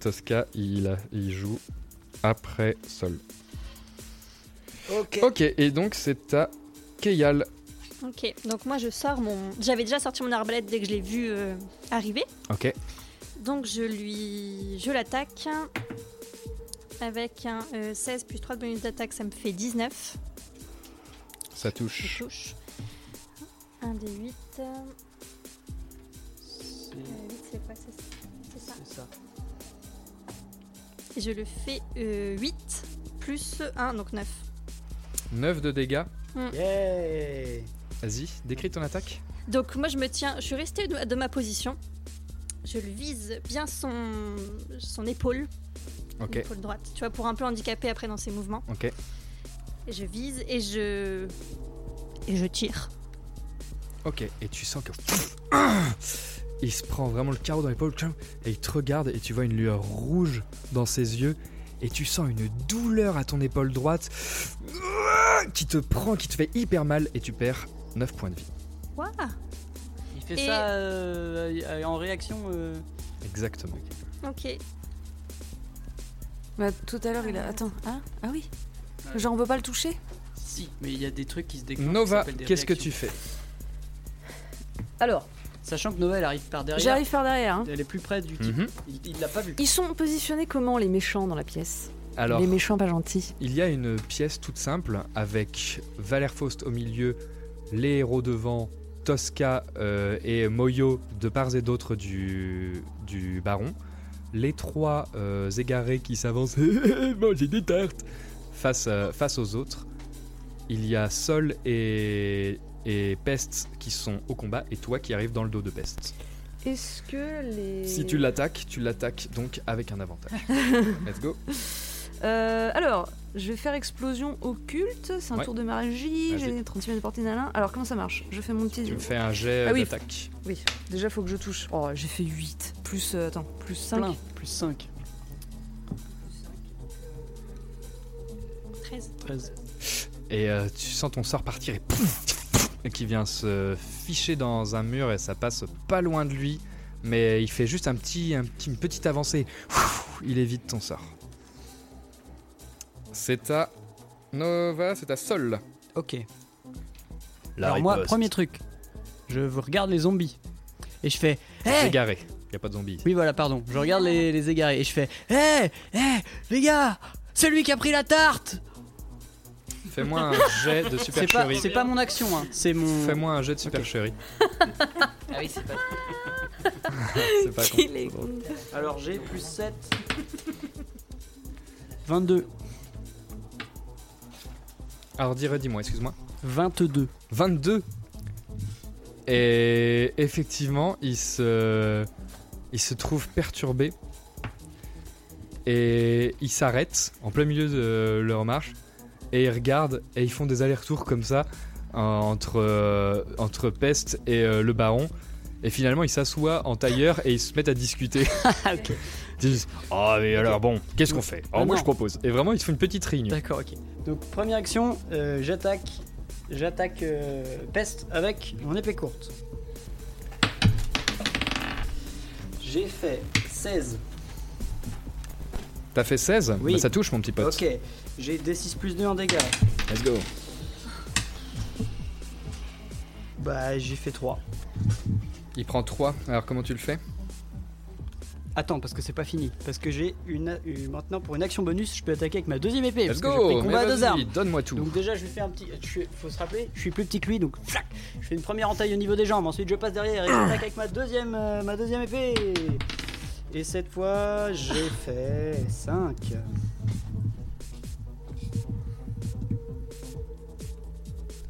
E: Tosca, il, a- il joue après Sol.
F: Ok.
E: Ok, et donc c'est à Keyal.
F: Ok, donc moi je sors mon. J'avais déjà sorti mon arbalète dès que je l'ai vu euh, arriver.
E: Ok.
F: Donc je lui. Je l'attaque. Avec un euh, 16 plus 3 de bonus d'attaque, ça me fait 19.
E: Ça touche.
F: Je touche. 1 des 8. c'est quoi C'est c'est ça. Et je le fais 8 plus 1, donc 9.
E: 9 de dégâts.
F: Mm.
E: Vas-y, décris ton attaque.
F: Donc moi je me tiens, je suis restée de, de ma position. Je le vise bien son, son épaule,
E: Ok.
F: l'épaule droite, tu vois, pour un peu handicaper après dans ses mouvements.
E: Ok.
F: Et je vise et je... Et je tire.
E: Ok, et tu sens que. [SNIFFS] Il se prend vraiment le carreau dans l'épaule, tchum, et il te regarde, et tu vois une lueur rouge dans ses yeux, et tu sens une douleur à ton épaule droite [SNIFFS] qui te prend, qui te fait hyper mal, et tu perds 9 points de vie.
F: Waouh
D: Il fait
F: Et-
D: ça euh, euh, en réaction. euh,
E: Exactement.
F: Ok.
C: Bah, tout à l'heure, il a. Attends, hein Ah oui Genre, on peut pas le toucher
D: Si, mais il y a des trucs qui se déclenchent.
E: Nova,
D: qui s'appellent des
E: qu'est-ce que
D: réactions.
E: tu fais
C: Alors,
D: Sachant que Nova, elle arrive par derrière.
C: j'arrive par derrière. hein.
D: Elle est plus près du type.
E: Mhm.
D: Il- Il l'a pas vu.
C: Ils sont positionnés comment, les méchants, dans la pièce
E: Alors,
C: Les méchants pas gentils.
E: Il y a une pièce toute simple avec Valère Faust au milieu, les héros devant, Tosca euh, et Moyo de part et d'autre du, du baron. Les trois euh, égarés qui s'avancent, [LAUGHS] manger des tartes, face, euh, face aux autres. Il y a Sol et, et Pest qui sont au combat et toi qui arrives dans le dos de Pest.
C: Est-ce que les.
E: Si tu l'attaques, tu l'attaques donc avec un avantage. Let's go.
C: Euh, alors, je vais faire explosion occulte, c'est un
E: Ouais.
C: tour de magie,
E: Vas-y.
C: j'ai 30 de portée d'Alain. Alors, comment ça marche Je fais mon petit.
E: Tu me fais un jet euh,
C: Ah oui.
E: d'attaque.
C: Oui, déjà faut que je touche. Oh, j'ai fait 8. Plus. euh, attends, plus 5.
D: Plein,
E: [LAUGHS]
C: [LAUGHS]
D: plus 5.
F: 13.
D: 13.
E: Et euh, tu sens ton sort partir et pouf, et qui vient se ficher dans un mur et ça passe pas loin de lui, mais il fait juste un petit, un petit- une petite avancée. Ouf, Il évite ton sort. C'est à Nova, c'est à Sol.
D: Ok.
E: La
D: Alors, moi,
E: riposte.
D: premier truc, je vous regarde les zombies. Et je fais. Hé
E: C'est égaré. Y a pas de zombie.
D: Oui, voilà, pardon. Je regarde les, les égarés et je fais Hé Hé Les gars C'est lui qui a pris la tarte
E: Fais-moi un
D: [LAUGHS]
E: jet de
D: C'est pas,
E: supercherie.
D: c'est pas mon action, hein. c'est mon.
E: Fais-moi un jet de
D: [LAUGHS]
E: supercherie.
D: [LAUGHS] Ah oui, c'est pas.
E: [LAUGHS] c'est
D: [LAUGHS]
E: pas con. c'est drôle.
D: Alors j'ai plus 7. 22.
E: Alors dis, redis-moi, excuse-moi.
D: 22.
E: 22. Et effectivement, il se, il se trouve perturbé. Et il s'arrête en plein milieu de leur marche. Et ils regardent et ils font des allers-retours comme ça euh, entre, euh, entre Peste et euh, le baron. Et finalement, ils s'assoient en tailleur et ils se mettent à
D: [LAUGHS]
E: discuter.
D: Ah, Ok.
E: Ils disent Ah, mais alors bon, qu'est-ce qu'on fait Alors,
D: Ah,
E: moi,
D: non.
E: je propose. Et vraiment, ils se font une petite réunion.
D: D'accord, ok. Donc première action, euh, j'attaque. J'attaque euh, Peste avec mon épée courte. J'ai fait 16.
E: T'as fait 16
D: Oui.
E: Bah, Ça touche, mon petit pote.
D: Ok, j'ai D6 plus 2 en dégâts.
E: Let's go.
D: Bah j'ai fait 3.
E: Il prend 3. Alors, comment tu le fais
D: Attends, parce que c'est pas fini. Parce que j'ai une, une- maintenant pour une action bonus, je peux attaquer avec ma deuxième épée.
E: Let's
D: parce que j'ai
E: go
D: pris combat à
E: mais
D: deux
E: vas-y,
D: armes.
E: Donne-moi tout.
D: Donc déjà, je lui fais un petit. Je suis- faut se rappeler, je suis plus petit que lui, donc flac. Je fais une première entaille au niveau des jambes. Ensuite, je passe derrière et j'attaque avec ma deuxième, euh, ma deuxième épée. Et cette fois, j'ai fait 5.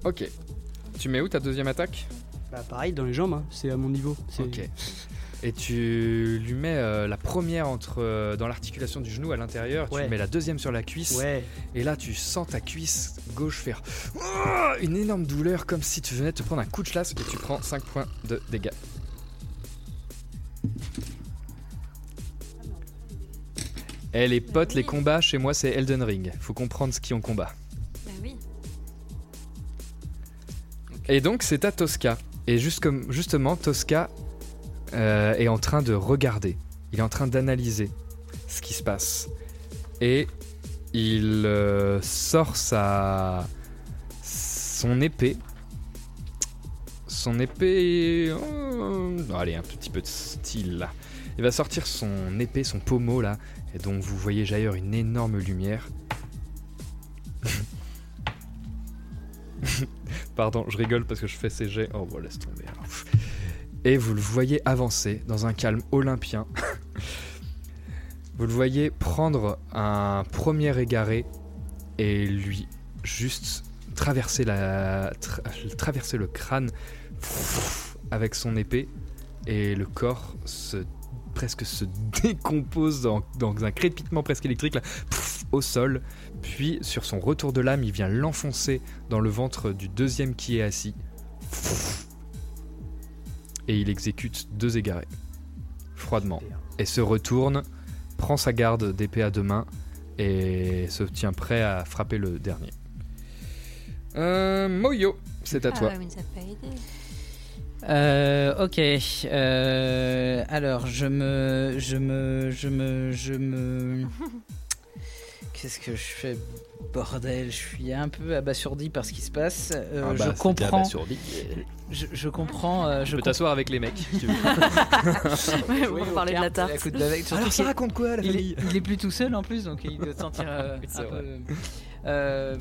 E: Ok. Tu mets où ta deuxième attaque
D: Bah pareil dans les jambes, hein, c'est à mon niveau. c'est-
E: Ok. [LAUGHS] Et tu lui mets euh, la première entre euh, dans l'articulation du genou à l'intérieur,
D: Ouais.
E: tu mets la deuxième sur la cuisse.
D: Ouais.
E: Et là, tu sens ta cuisse gauche faire [LAUGHS] Ah une énorme douleur comme si tu venais de te prendre un coup de chlasse et tu prends 5 points de dégâts. Eh les potes, les combats chez moi c'est Elden Ring. Faut comprendre ce qui en combat.
F: Bah oui.
E: Et donc c'est à Tosca. Et juste comme- justement, Tosca euh, est en train de regarder. Il est en train d'analyser ce qui se passe. Et il euh, sort sa son épée. Son épée. euh, allez, un petit peu de style là. Il va sortir son épée, son pommeau là, et dont vous voyez jaillir une énorme lumière. Pardon, je rigole parce que je fais ces jets. Oh, bon, laisse tomber. alors. Et vous le voyez avancer dans un calme olympien. [LAUGHS] vous le voyez prendre un premier égaré et lui juste traverser, la, tra- traverser le crâne avec son épée. Et le corps se, presque se décompose dans, dans un crépitement presque électrique là, au sol. Puis, sur son retour de lame, il vient l'enfoncer dans le ventre du deuxième qui est assis. Et il exécute deux égarés, froidement. Et se retourne, prend sa garde d'épée à deux mains et se tient prêt à frapper le dernier. Euh, Moyo, c'est
F: Ah
E: à toi.
I: Euh, ok. euh, alors, je me, je me, je me, je me. Qu'est-ce que je fais, bordel Je suis un peu abasourdi par ce qui se passe. Euh,
E: Ah bah, c'est
I: je
E: de
I: comprends.
E: l'abasourdi.
I: Je, je comprends. euh,
E: Tu
I: je
E: peux
I: comprends-
E: t'asseoir avec les mecs. si tu veux.
I: [LAUGHS] Ouais,
K: Jouer
I: on va
K: aux
I: parler de
K: cartes
I: la
K: et
I: tarte.
K: la coupe de la veille, surtout qu'il-
I: il est, il est plus tout seul en plus, donc il doit se sentir euh,
E: [LAUGHS]
K: C'est
I: un
K: vrai.
I: peu. Euh,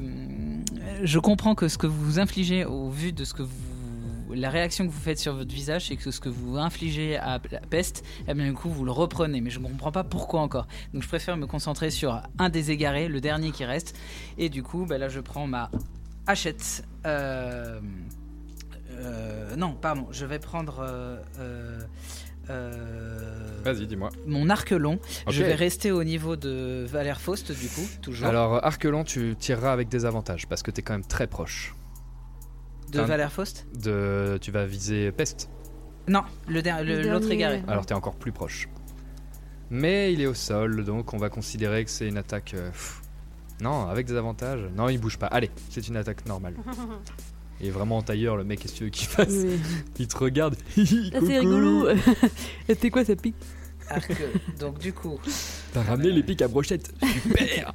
I: je comprends que ce que vous vous infligez au vu de ce que vous la réaction que vous faites sur votre visage, c'est que ce que vous infligez à la peste, eh bien, du coup, vous le reprenez. Mais je ne comprends pas pourquoi encore. Donc, je préfère me concentrer sur un des égarés, le dernier qui reste. Et du coup, bah, là, je prends ma hachette. Euh, euh, non, pardon, je vais prendre. euh, euh, euh,
E: Vas-y, dis-moi.
I: mon arc long.
E: Ok.
I: Je vais rester au niveau de Valère Faust, du coup, toujours.
E: Alors, Arquelon, tu tireras avec des avantages parce que t'es quand même très proche.
I: de
E: T'as-
I: Valère Faust
E: de, Tu vas viser Peste.
I: Non, le der- le-
K: Le
I: l'autre
K: dernier.
I: égaré.
E: Alors, t'es encore plus proche. Mais il est au sol, donc on va considérer que c'est une attaque. euh, pff. non, avec des avantages. Non, il bouge pas. Allez, c'est une attaque
C: [LAUGHS]
E: normale. Il est vraiment en tailleur, le mec, qu'est-ce que tu veux qu'il fasse
C: Oui.
E: [LAUGHS] Il te regarde.
C: Ah, c'est rigolo. [LAUGHS] C'était quoi ça pique
I: Arc. Donc, du coup.
E: [LAUGHS] T'as ramené les pics à
C: [LAUGHS]
E: brochette. Super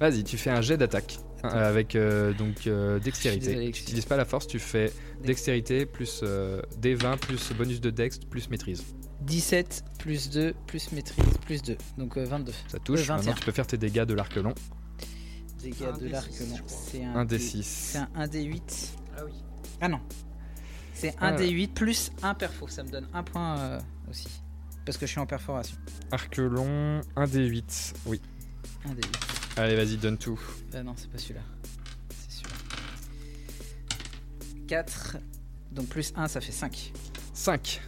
E: Vas-y, tu fais un jet d'attaque. euh, avec euh, donc euh,
I: Je suis
E: dextérité.
I: désolé,
E: tu n'utilises pas la force, tu fais dextérité plus euh, D20 plus bonus de dex plus maîtrise.
I: 17 plus 2 plus maîtrise plus 2. Donc euh, 22.
E: Ça
I: Euh,
E: touche.
I: 21.
E: Maintenant, tu peux faire tes dégâts de l'arc long.
I: Dégâts de l'arc long. Ah, C'est
E: Un
I: dé-
E: D6.
I: C'est un 1d8. Ah oui. Ah non. C'est
E: Ah
I: un
E: ouais.
I: D8 plus un perfo. Ça me donne un point euh, aussi. Parce que je suis en perforation.
E: Arc long, 1 D8. Oui.
I: Un D8.
E: Allez, vas-y, donne tout.
I: Ah non, c'est pas celui-là. C'est celui-là. 4. Donc plus 1, ça fait 5.
E: 5.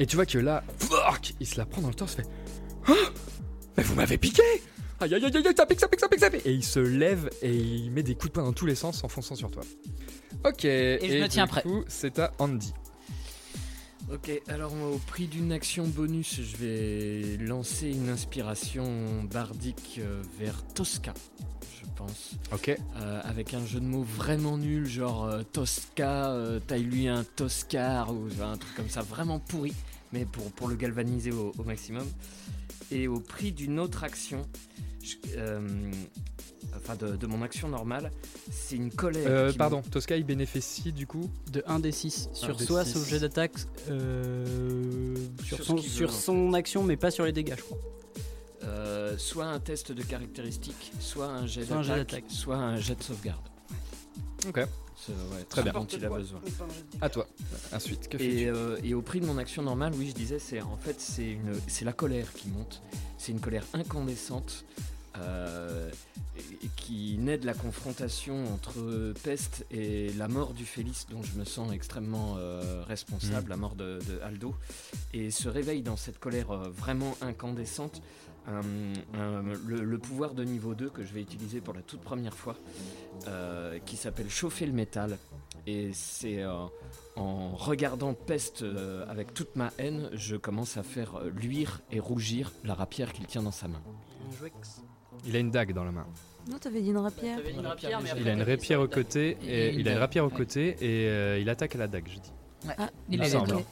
E: Et tu vois que là, fork, il se la prend dans le torse, il fait Ah Mais vous m'avez piqué Aïe aïe aïe aïe, ça pique, ça pique, ça pique, ça pique Et il se lève et il met des coups de poing dans tous les sens en fonçant sur toi. Ok, et,
I: je me tiens
E: du
I: prêt.
E: coup, c'est à Andy.
G: Ok, alors moi, au prix d'une action bonus, je vais lancer une inspiration bardique euh, vers Tosca, je pense.
E: Ok.
G: Euh, avec un jeu de mots vraiment nul, genre euh, Tosca, euh, taille-lui un Toscar ou enfin, un truc comme ça, vraiment pourri, mais pour, pour le galvaniser au, au maximum. Et au prix d'une autre action, je- euh, enfin de, de mon action normale, c'est une colère.
E: Euh,
G: qui me-
E: pardon, Tosca, il bénéficie du coup
L: De 1 des 6
G: Un
L: sur
G: des
L: soi,
G: six.
L: c'est objet d'attaque. euh,
D: Sur
L: sur
D: son,
L: ce qu'il veut,
D: sur
L: hein.
D: son action, mais pas sur les dégâts, je crois.
G: Euh, soit un test de caractéristiques, soit un jet
D: Soit un jet
G: d'attaque, soit un jet de sauvegarde.
E: Ok.
G: C'est- Euh, ouais,
E: Très bien.
G: dont il a besoin.
E: À toi. Ensuite, que
G: et,
E: fais-tu
G: euh, et au prix de mon action normale, oui, je disais, c'est en fait c'est une, c'est la colère qui monte. C'est une colère incandescente euh, et- et qui naît de la confrontation entre peste et la mort du Félix, dont je me sens extrêmement euh, responsable,
E: Mhm.
G: la mort de, de Aldo, et se réveille dans cette colère euh, vraiment incandescente. un- un- le, le pouvoir de niveau 2 que je vais utiliser pour la toute première fois, euh, qui s'appelle chauffer le métal Et c'est euh, en regardant Peste euh, avec toute ma haine, je commence à faire euh, luire et rougir la rapière qu'il tient dans sa main.
E: Il a une dague dans la main.
C: Non, t'avais dit une rapière.
L: T'avais dit une rapière, mais après,
E: Il a une
L: t'as dit
E: rapière
L: ça,
E: au
L: t'as-
E: côté
L: Et
E: et
L: une
E: il a une
L: dague,
E: rapière au
L: ouais.
E: côté et euh, il attaque à la dague, je dis.
I: Ouais.
C: Ah,
I: il
E: me
I: a
E: semble.
I: rapière.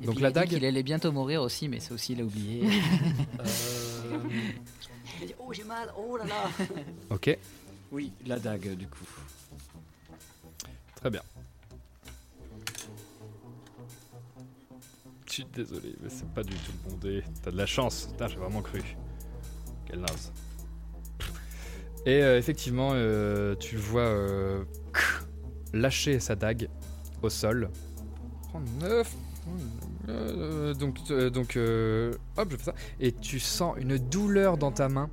I: Et
E: Donc
I: puis,
E: la
I: il a dit
E: dague-
I: qu'il allait bientôt mourir aussi, mais ça aussi, il a oublié.
E: [LAUGHS] Euh,
I: [LAUGHS]
D: Il a dit, oh, j'ai mal, oh là là.
E: Ok,
G: Oui, la dague du coup.
E: très bien. Je suis désolé, mais c'est pas du tout le bon dé. T'as de la chance. Putain, j'ai vraiment cru. Quelle naze. Et euh, effectivement, euh, tu le vois euh, lâcher sa dague au sol. Prendre neuf. Euh, donc, euh, donc euh, hop, je fais ça. Et tu sens une douleur dans ta main.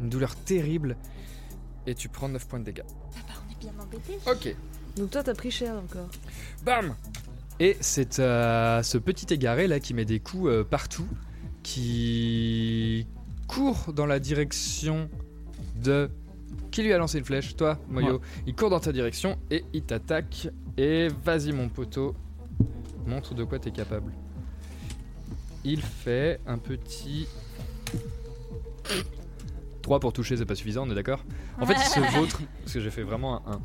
E: Une douleur terrible. Et tu prends 9 points de dégâts.
F: Bien embêté.
E: Ok.
C: Donc toi, t'as pris cher encore.
E: Bam Et c'est euh, ce petit égaré là qui met des coups euh, partout, qui court dans la direction de. Qui lui a lancé une flèche Toi, Moyo.
G: Moi.
E: Il court dans ta direction et il t'attaque. Et vas-y, mon poteau, montre de quoi t'es capable. Il fait un petit. 3 pour toucher, c'est pas suffisant, on est d'accord En fait, il se vautre, parce que j'ai fait vraiment un 1.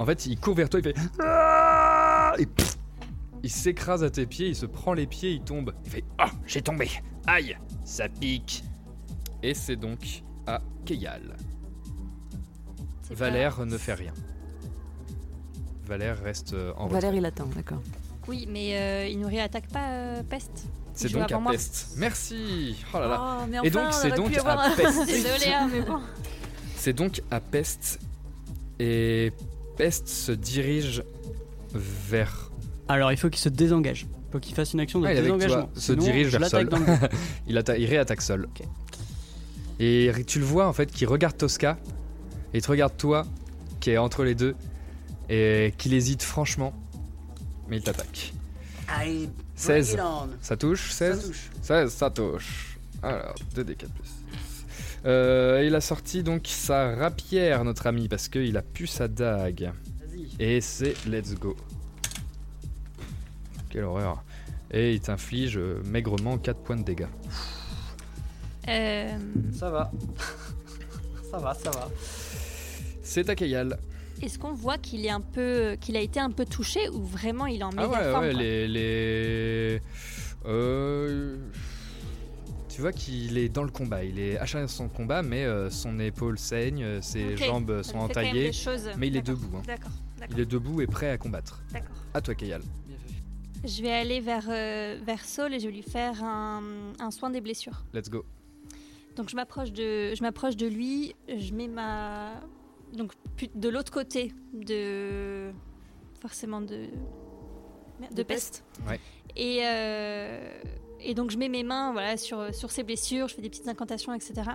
E: En fait, il court vers toi, il fait. Ah Et pff, il s'écrase à tes pieds, il se prend les pieds, il tombe. Il fait Oh, j'ai tombé Aïe Ça pique Et c'est donc à Keyal.
C: C'est
E: Valère
C: pas-
E: ne fait rien. Valère reste euh, en
C: Valère,
E: retrait.
C: il attend, d'accord.
F: Oui, mais euh, il ne réattaque pas euh, Peste.
E: C'est
F: Il joue
E: donc à
F: avant moi.
E: Pest. Merci Oh là là
F: Oh, mais
E: Et
F: enfin,
E: donc,
F: on
E: c'est
F: aurait
E: donc
F: pu avoir
E: à
F: un- [LAUGHS]
E: Pest.
F: Désolée, hein, mais bon.
E: C'est donc à Pest. Et Pest se dirige vers.
D: [LAUGHS] Alors, il faut qu'il se désengage. Il faut qu'il fasse une action de
E: Ah, il est avec
D: désengagement.
E: toi, se
D: Sinon,
E: dirige
D: je
E: vers Sol.
D: l'attaque dans le dos.
E: [LAUGHS] il, atta- il réattaque Sol. Et tu le vois en fait qui regarde Tosca et il te regarde toi qui est entre les deux et qu'il hésite franchement, mais il t'attaque.
D: Allez, bring
E: 16.
D: it on.
E: Ça touche 16
D: Ça touche.
E: 16, ça touche. Alors, 2d4 plus. Euh, il a sorti donc sa rapière, notre ami, parce qu'il a pu sa dague. Et c'est let's go. Quelle horreur. Et il t'inflige euh, maigrement 4 points de dégâts.
F: Euh,
D: Ça va. ça va, ça va.
E: C'est à Kayal.
F: Est-ce qu'on voit qu'il est un peu, qu'il a été un peu touché ou vraiment il est en
E: Ah
F: méga
E: ouais,
F: forme
E: ouais,
F: quoi
E: les. les- Euh, Tu vois qu'il est dans le combat, il est acharné sur son combat, mais euh, son épaule saigne, euh, ses
F: Ok,
E: jambes
F: ça
E: sont
F: fait quand même
E: entaillées,
F: des choses.
E: mais il est
F: D'accord,
E: debout. hein.
F: D'accord, d'accord.
E: Il est debout et prêt à combattre.
F: D'accord.
E: À toi, Kayal.
F: Je vais aller vers, euh, vers Saul et je vais lui faire un, un soin des blessures.
E: Let's go.
F: Donc je m'approche de, je m'approche de lui, je mets ma, donc pu- de l'autre côté de, forcément de, merde, de,
C: De
F: peste.
C: peste.
E: Ouais.
F: Et euh, et donc je mets mes mains voilà sur sur ses blessures, je fais des petites incantations etc.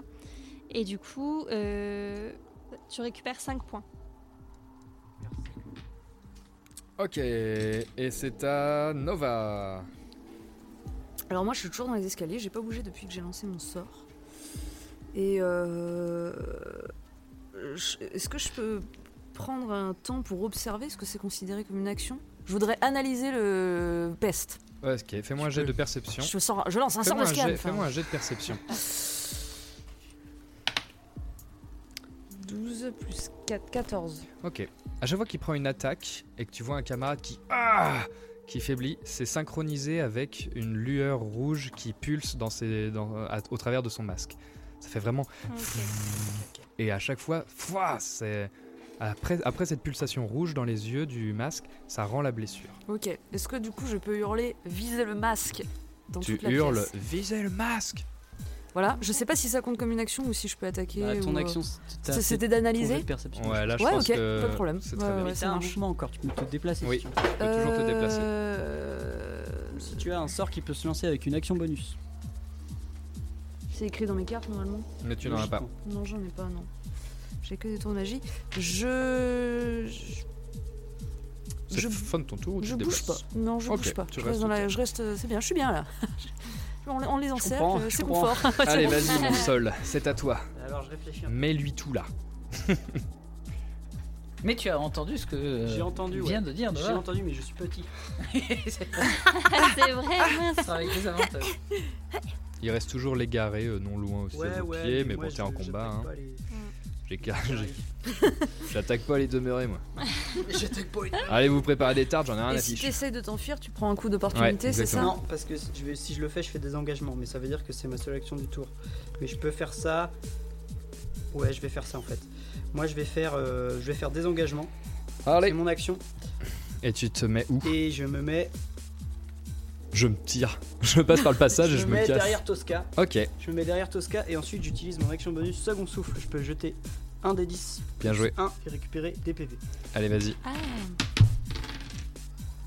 F: Et du coup, euh, tu récupères 5 points.
E: Ok, et c'est à Nova.
C: Alors moi, je suis toujours dans les escaliers. J'ai pas bougé depuis que j'ai lancé mon sort. Et euh, je- est-ce que je peux prendre un temps pour observer ce que c'est considéré comme une action Je voudrais analyser le peste.
E: Ouais, ok, fais-moi un jet de perception.
C: Je, sors- je lance un sort
E: Fais-moi
C: de scan.
E: jet-
C: enfin.
E: Fais-moi un jet de
C: [LAUGHS]
E: perception.
C: 12 plus 4, 14.
E: Ok. À chaque fois qu'il prend une attaque et que tu vois un camarade qui ah qui faiblit, c'est synchronisé avec une lueur rouge qui pulse dans ses, dans- à- au travers de son masque. Ça fait vraiment. Et à chaque fois, fouah, c'est après après cette pulsation rouge dans les yeux du masque, ça rend la blessure.
C: Ok. Est-ce que du coup, je peux hurler Visez le masque dans
E: tu
C: toute la
E: hurles,
C: pièce
E: visez le masque.
C: Voilà, je sais pas si ça compte comme une action ou si je peux attaquer.
D: Bah, ton
C: ou, euh,
D: action, c'est- t'as
C: c'est-
D: fait
C: c'était
D: ton
C: d'analyser.
D: jet de perception.
E: Ouais, là, je
C: ouais,
E: pense
C: ok,
E: que
C: pas de problème.
E: c'est très
C: Ouais,
E: bien.
C: ouais,
D: Mais
C: ça
D: t'as un
C: marche.
D: mouvement encore, tu peux te déplacer.
E: Oui,
D: si tu veux. Tu peux toujours te déplacer.
C: Euh,
D: Si tu as un sort qui peut se lancer avec une action bonus.
C: C'est écrit dans mes cartes normalement.
E: Mais tu n'en as pas.
C: Non, j'en ai pas, non. J'ai que des tours de magie. Je.
E: C'est
C: Je-
E: fin de ton tour ou tu
C: Je
E: te
C: bouge pas.
E: déplaces
C: Non, je
E: Ok,
C: bouge pas.
E: tu
C: Je
E: restes
C: reste, dans
E: au
C: la... je reste. C'est bien, je suis bien là. [LAUGHS] On, on les encercle,
E: comprends,
C: euh,
E: je
C: c'est
E: comprends.
C: confort.
E: [LAUGHS]
C: C'est
E: Allez,
C: [LAUGHS] bon.
E: vas-y, mon sol, c'est à toi.
D: Alors, je réfléchis.
E: Mets-lui tout là.
I: Mais tu as entendu ce que euh,
D: J'ai entendu,
I: vient
D: ouais.
I: de dire.
D: J'ai
I: Nora.
D: entendu, mais je suis petit. [LAUGHS]
C: [LAUGHS]
F: [LAUGHS] C'est vrai, mince.
I: Avec les avantages.
E: Il reste toujours l'égaré, euh, non loin aussi
D: Ouais,
E: à vos
D: ouais,
E: pieds,
D: mais
E: mais
D: moi,
E: bon, t'es en
D: je-
E: combat.
D: j'attaque
E: Hein.
D: pas les-
E: J'écarte-
D: [LAUGHS]
E: J'attaque pas les demeurés, moi.
D: J'attaque pas les-
E: Allez, vous préparez des tartes, j'en ai Ah, rien
C: Et
E: à
C: si
E: fiche.
C: t'essayes de t'enfuir, tu prends un coup d'opportunité,
E: Ouais,
C: c'est ça
E: exactement.
D: Non, parce que si je, vais- si je le fais, je fais des engagements, mais ça veut dire que c'est ma seule action du tour. Mais je peux faire ça. Ouais, je vais faire ça en fait. Moi, je vais faire, euh, je vais faire des engagements. C'est mon action.
E: Et tu te mets où
D: Et je me mets,
E: Je me tire. [LAUGHS] Je passe par le passage
D: je
E: et je
D: mets
E: me casse.
D: derrière Tosca.
E: Ok,
D: Je me mets derrière Tosca et ensuite j'utilise mon action bonus second souffle. Je peux jeter un des 10.
E: Bien joué.
D: 1 et récupérer des PV.
E: allez, vas-y.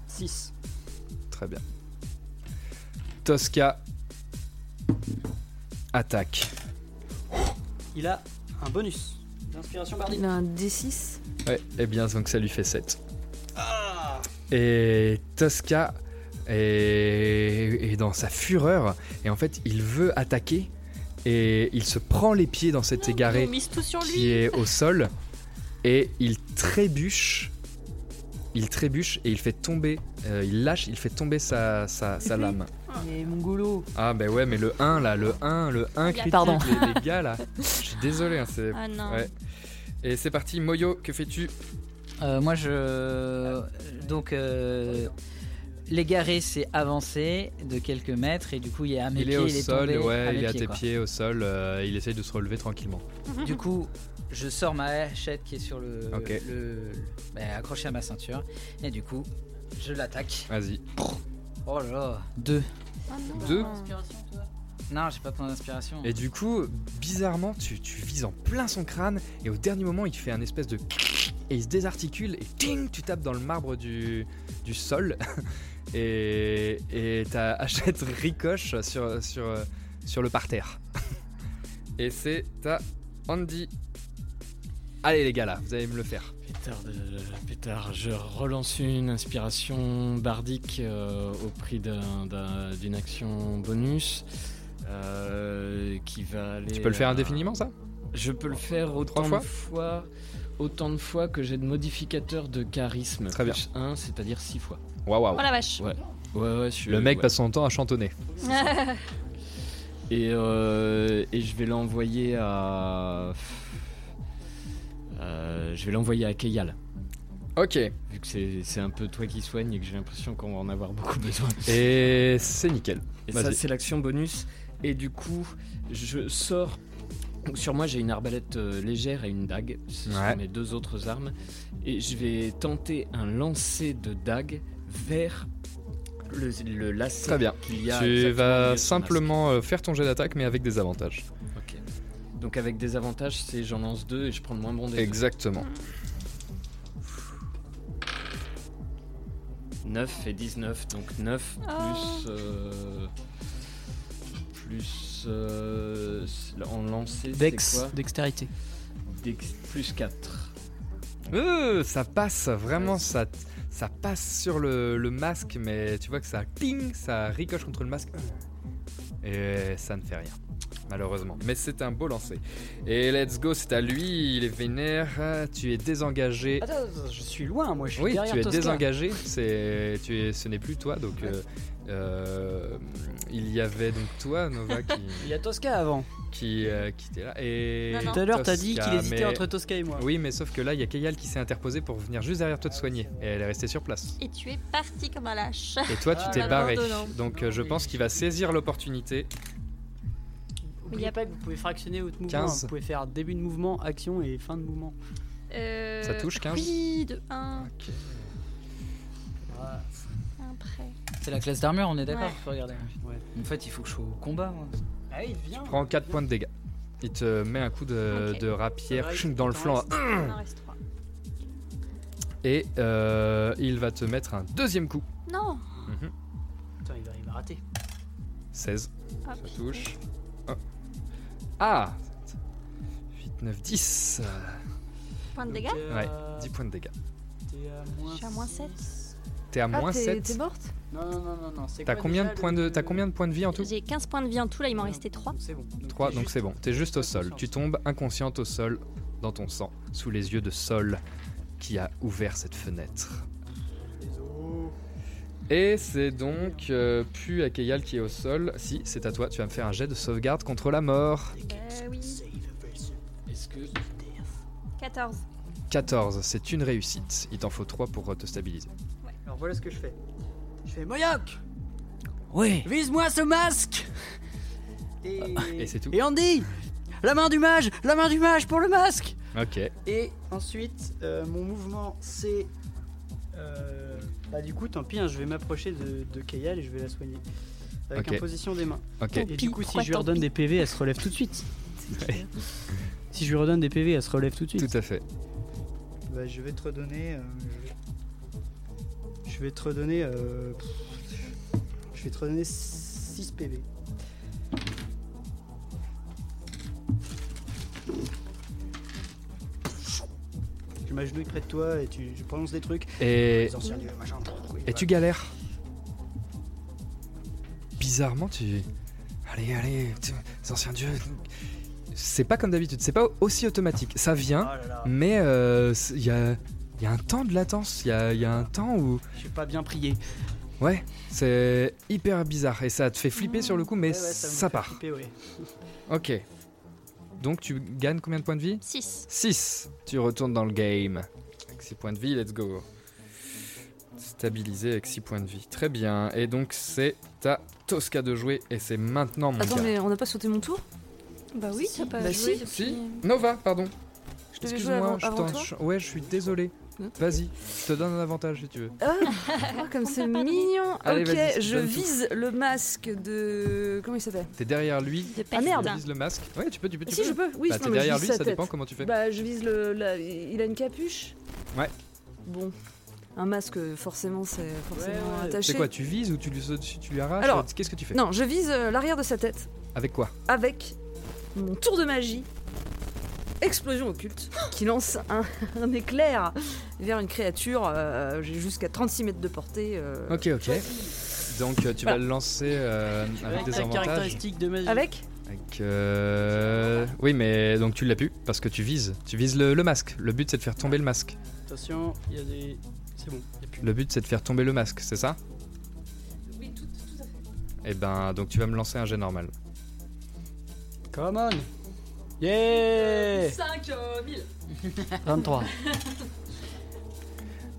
D: 6.
E: Très bien. Tosca. Attaque.
D: Il a un bonus d'inspiration bardique.
C: Il a un D6.
E: Ouais, et bien, donc ça lui fait 7.
D: Ah
E: Et Tosca est, est dans sa fureur. Et en fait, il veut attaquer. Et il se prend les pieds dans cet égaré
F: on mise tout sur lui.
E: qui est au sol. Et il trébuche. Il trébuche et il fait tomber. euh, il lâche, il fait tomber sa, sa,
F: Mhm.
E: sa lame.
D: Et mon goulot.
E: Ah, bah ouais, mais le 1 là, le 1, le 1
F: Il y a
E: critique,
F: pardon.
E: Les, les gars là. Je suis désolé. hein, c'est...
F: [LAUGHS] Ah non.
E: ouais. Et c'est parti, Moyo, que fais-tu
I: Euh, moi, je. Donc, euh, l'égaré s'est avancé de quelques mètres et du coup, il est à mes
E: Il
I: pieds.
E: est au
I: il est
E: sol,
I: tombé
E: ouais,
I: à mes
E: il est à
I: pieds,
E: tes
I: quoi.
E: pieds, au sol. euh, il essaye de se relever tranquillement.
I: Du coup, je sors ma hachette qui est sur le.
E: Ok.
I: le- bah, accrochée à ma ceinture. Et du coup, je l'attaque.
E: Vas-y.
I: Oh là là. Deux.
D: Ah
E: Deux.
I: Non, j'ai pas point d'inspiration.
E: Et du coup, bizarrement, tu, tu vises en plein son crâne et au dernier moment, il fait un espèce de [LAUGHS] et il se désarticule et ting, tu tapes dans le marbre du, du sol [LAUGHS] et, et ta hachette [LAUGHS] ricoche sur, sur, sur le parterre. [LAUGHS] Et c'est ta Andy. Allez les gars là, vous allez me le faire.
G: Pétard, de... pétard, je relance une inspiration bardique euh, au prix d'un- d'un- d'une action bonus euh, qui va aller.
E: Tu peux le faire
G: à-
E: indéfiniment ça
G: Je peux le faire
E: Trois
G: autant
E: fois
G: de fois, autant de fois que j'ai de modificateur de charisme.
E: Très bien.
G: plus 1, c'est-à-dire 6 fois.
E: Waouh waouh.
F: Oh la vache.
G: Ouais. Ouais, ouais, je suis-
E: Le mec
G: ouais.
E: passe son temps à chantonner.
G: Et, euh, et je vais l'envoyer à. Euh, je vais l'envoyer à Keyal.
E: Ok.
G: Vu que c'est c'est un peu toi qui soigne et que j'ai l'impression qu'on va en avoir beaucoup besoin.
E: Et c'est nickel.
G: Et
E: Vas-y.
G: ça, c'est l'action bonus. Et du coup, je sors. Donc, Sur moi, j'ai une arbalète euh, légère et une dague. Ce
E: Ouais.
G: sont mes deux autres armes. Et je vais tenter un lancer de dague vers le, le lacet
E: Très bien.
G: qu'il y a
E: Tu
G: exactement au milieu
E: vas
G: de son lacet.
E: simplement euh, faire ton jet d'attaque mais avec des avantages.
G: Ok. Donc avec des avantages, c'est j'en lance deux et je prends le moins bon des
E: Exactement.
G: 9 et 19, donc 9 plus... euh, plus... euh, c'est- en lancé, c'est
I: Dex,
G: quoi
I: dextérité.
G: Dex plus 4.
E: Euh, ça passe, vraiment, ça, ça passe sur le, le masque, mais tu vois que ça ping, ça ricoche contre le masque. Et ça ne fait rien, malheureusement. Mais c'est un beau lancer. Et let's go, c'est à lui, il est vénère, euh, tu es désengagé.
D: Attends, attends, je suis loin, moi, je suis
E: Oui,
D: derrière
E: tu es
D: Tosca.
E: désengagé, c'est, tu es, ce n'est plus toi, donc euh, euh, il y avait donc toi, Nova, qui,
D: [LAUGHS] Il y a Tosca avant.
E: qui, euh, qui était là. Et
D: Non, non. Tout à l'heure, t'as dit
E: Tosca,
D: qu'il hésitait
E: mais-
D: entre Tosca et moi.
E: Oui, mais sauf que là, il y a Kayal qui s'est interposée pour venir juste derrière toi te soigner. Et elle est restée sur place.
F: Et tu es parti comme un lâche.
E: Et toi, tu
D: Ah,
F: En
E: t'es barré.
F: l'abandonnant.
E: Donc, euh, je pense qu'il va saisir l'opportunité.
D: N'oubliez
F: y a-
D: pas que vous pouvez fractionner votre mouvement.
E: 15.
D: Vous pouvez faire début de mouvement, action et fin de mouvement.
F: Euh,
E: Ça touche 15
F: Oui, de 1.
I: C'est la classe d'armure, on est d'accord
F: Ouais.
I: faut regarder. En fait, il faut que je sois au combat. moi.
D: Ah oui, viens.
E: Prends 4 points de dégâts. Il te met un coup de,
F: Ok.
E: de rapière
D: Ça va, il-
E: dans le
D: il en
E: flanc.
D: reste-
F: Il en reste 3.
E: Et euh, il va te mettre un deuxième coup.
F: Non.
E: Mhm.
D: Putain, il va, il va rater.
E: 16.
F: Ah,
E: Ça
F: putain.
E: touche. Oh. Ah 8, 9, 10.
F: Point de
D: Donc,
F: dégâts
D: euh,
E: Ouais, 10 points de dégâts.
D: T'es à moins.
F: Je suis à moins
D: six.
F: 7.
E: T'es à moins
C: ah, t'es-
E: 7.
C: t'es morte
D: Non, non, non, non, non. c'est
E: T'as
D: quoi
E: combien,
D: déjà
E: de points
D: le-
E: de... t'as combien de points de vie en tout
F: J'ai 15 points de vie en tout, là il m'en restait 3.
D: C'est bon.
E: 3,
D: t'es
E: donc
D: juste-
E: c'est bon. T'es juste au sol.
D: inconsciente.
E: Tu tombes inconsciente au sol, dans ton sang, sous les yeux de Sol. qui a ouvert cette fenêtre. Et c'est donc euh, Pu Akeyal qui est au sol. Si, c'est à toi, tu vas me faire un jet de sauvegarde contre la mort.
F: Bah
G: Est-ce que
F: 14.
E: 14, c'est une réussite. Il t'en faut 3 pour euh, te stabiliser.
D: Alors voilà ce que je fais. Je fais Moyoc
I: Oui
D: Vise-moi ce masque Et,
E: Et c'est tout.
D: et Andy La main du mage La main du mage pour le masque
E: Ok.
D: Et ensuite, euh, mon mouvement, c'est. euh, bah, du coup, tant pis, hein, je vais m'approcher de, de Kayal et je vais la soigner. Avec
E: Ok.
D: imposition des mains.
E: Ok.
D: Et du coup, si je lui redonne des PV, elle se relève tout de suite. Si je lui redonne des PV, elle se relève tout de suite.
E: Tout à fait.
D: Bah, je vais te redonner. euh, je... vais- je vais te redonner. euh, pff, Je vais te redonner 6 PV. Je m'agenouille près de toi et tu, je prononce des trucs.
E: Et-
D: Les anciens dieux, machin, oui,
E: Et
D: voilà.
E: tu galères. Bizarrement, tu. Allez, allez, tu- les anciens dieux. C'est pas comme d'habitude, c'est pas aussi automatique. Ça vient,
D: Oh
E: mais euh, il y, a, y a un temps de latence, il y a, y a un temps où.
D: Je suis pas bien prié.
E: Ouais, c'est hyper bizarre et ça te fait flipper sur le coup, mais ça, part.
D: Flipper, ouais.
E: [LAUGHS] Ok. Donc tu gagnes combien de points de vie
F: 6.
E: 6. Tu retournes dans le game. Avec 6 points de vie, let's go. Stabilisé avec 6 points de vie. Très bien. Et donc c'est ta Tosca de jouer et c'est maintenant mon
C: Attends,
E: gars.
C: mais on n'a pas sauté mon tour
F: Bah oui, t'as pas
C: Bah
F: joué
C: si.
E: Si
F: depuis-
E: Nova, pardon.
C: Je devais jouer
E: Excuse-moi,
C: avant,
E: je
C: avant
E: t'en-
C: toi
E: je- Ouais, je suis désolé.
C: Non,
E: Vas-y, je te donne un avantage si tu veux.
C: Ah, ah, comme c'est mignon.
E: Allez,
C: ok,
E: vas-y,
C: je
E: donne tout.
C: vise le masque de. Comment il s'appelle
E: T'es derrière lui.
C: Ah merde
E: Tu vises le masque. Ouais, tu peux, tu peux. tu
C: Si je peux, oui,
E: Bah, t'es
C: non, mais je
E: derrière
C: vise
E: lui,
C: sa
E: ça dépend
C: tête.
E: comment tu fais.
C: Bah, euh, je vise le. la- Il a une capuche
E: Ouais.
C: Bon. Un masque, forcément, c'est forcément attaché.
E: C'est quoi, tu vises ou tu lui, sautes dessus, tu lui arraches euh,
C: Alors,
E: Ah, Qu'est-ce que tu fais
C: Non, je vise euh, l'arrière de sa tête
E: Avec quoi
C: avec mon tour de magie, explosion occulte, qui lance un, [LAUGHS] un éclair vers une créature. euh, J'ai jusqu'à 36 mètres de portée. euh,
E: Ok, ok. Donc euh, tu vas
C: Voilà.
E: le lancer euh, avec des avantages.
D: de magie.
C: Avec
E: Avec, euh, Oui, mais donc tu l'as pu parce que tu vises. Tu vises le, le masque. Le but c'est de faire tomber le masque.
D: Attention, il y a des. C'est bon, il y a plus.
E: Le but c'est de faire tomber le masque, c'est ça
D: Oui, tout, à fait.
E: Et ben donc tu vas me lancer un jet normal.
D: Come on
C: [LAUGHS]
D: Yeah
C: 5 000
E: [LAUGHS]
D: 23.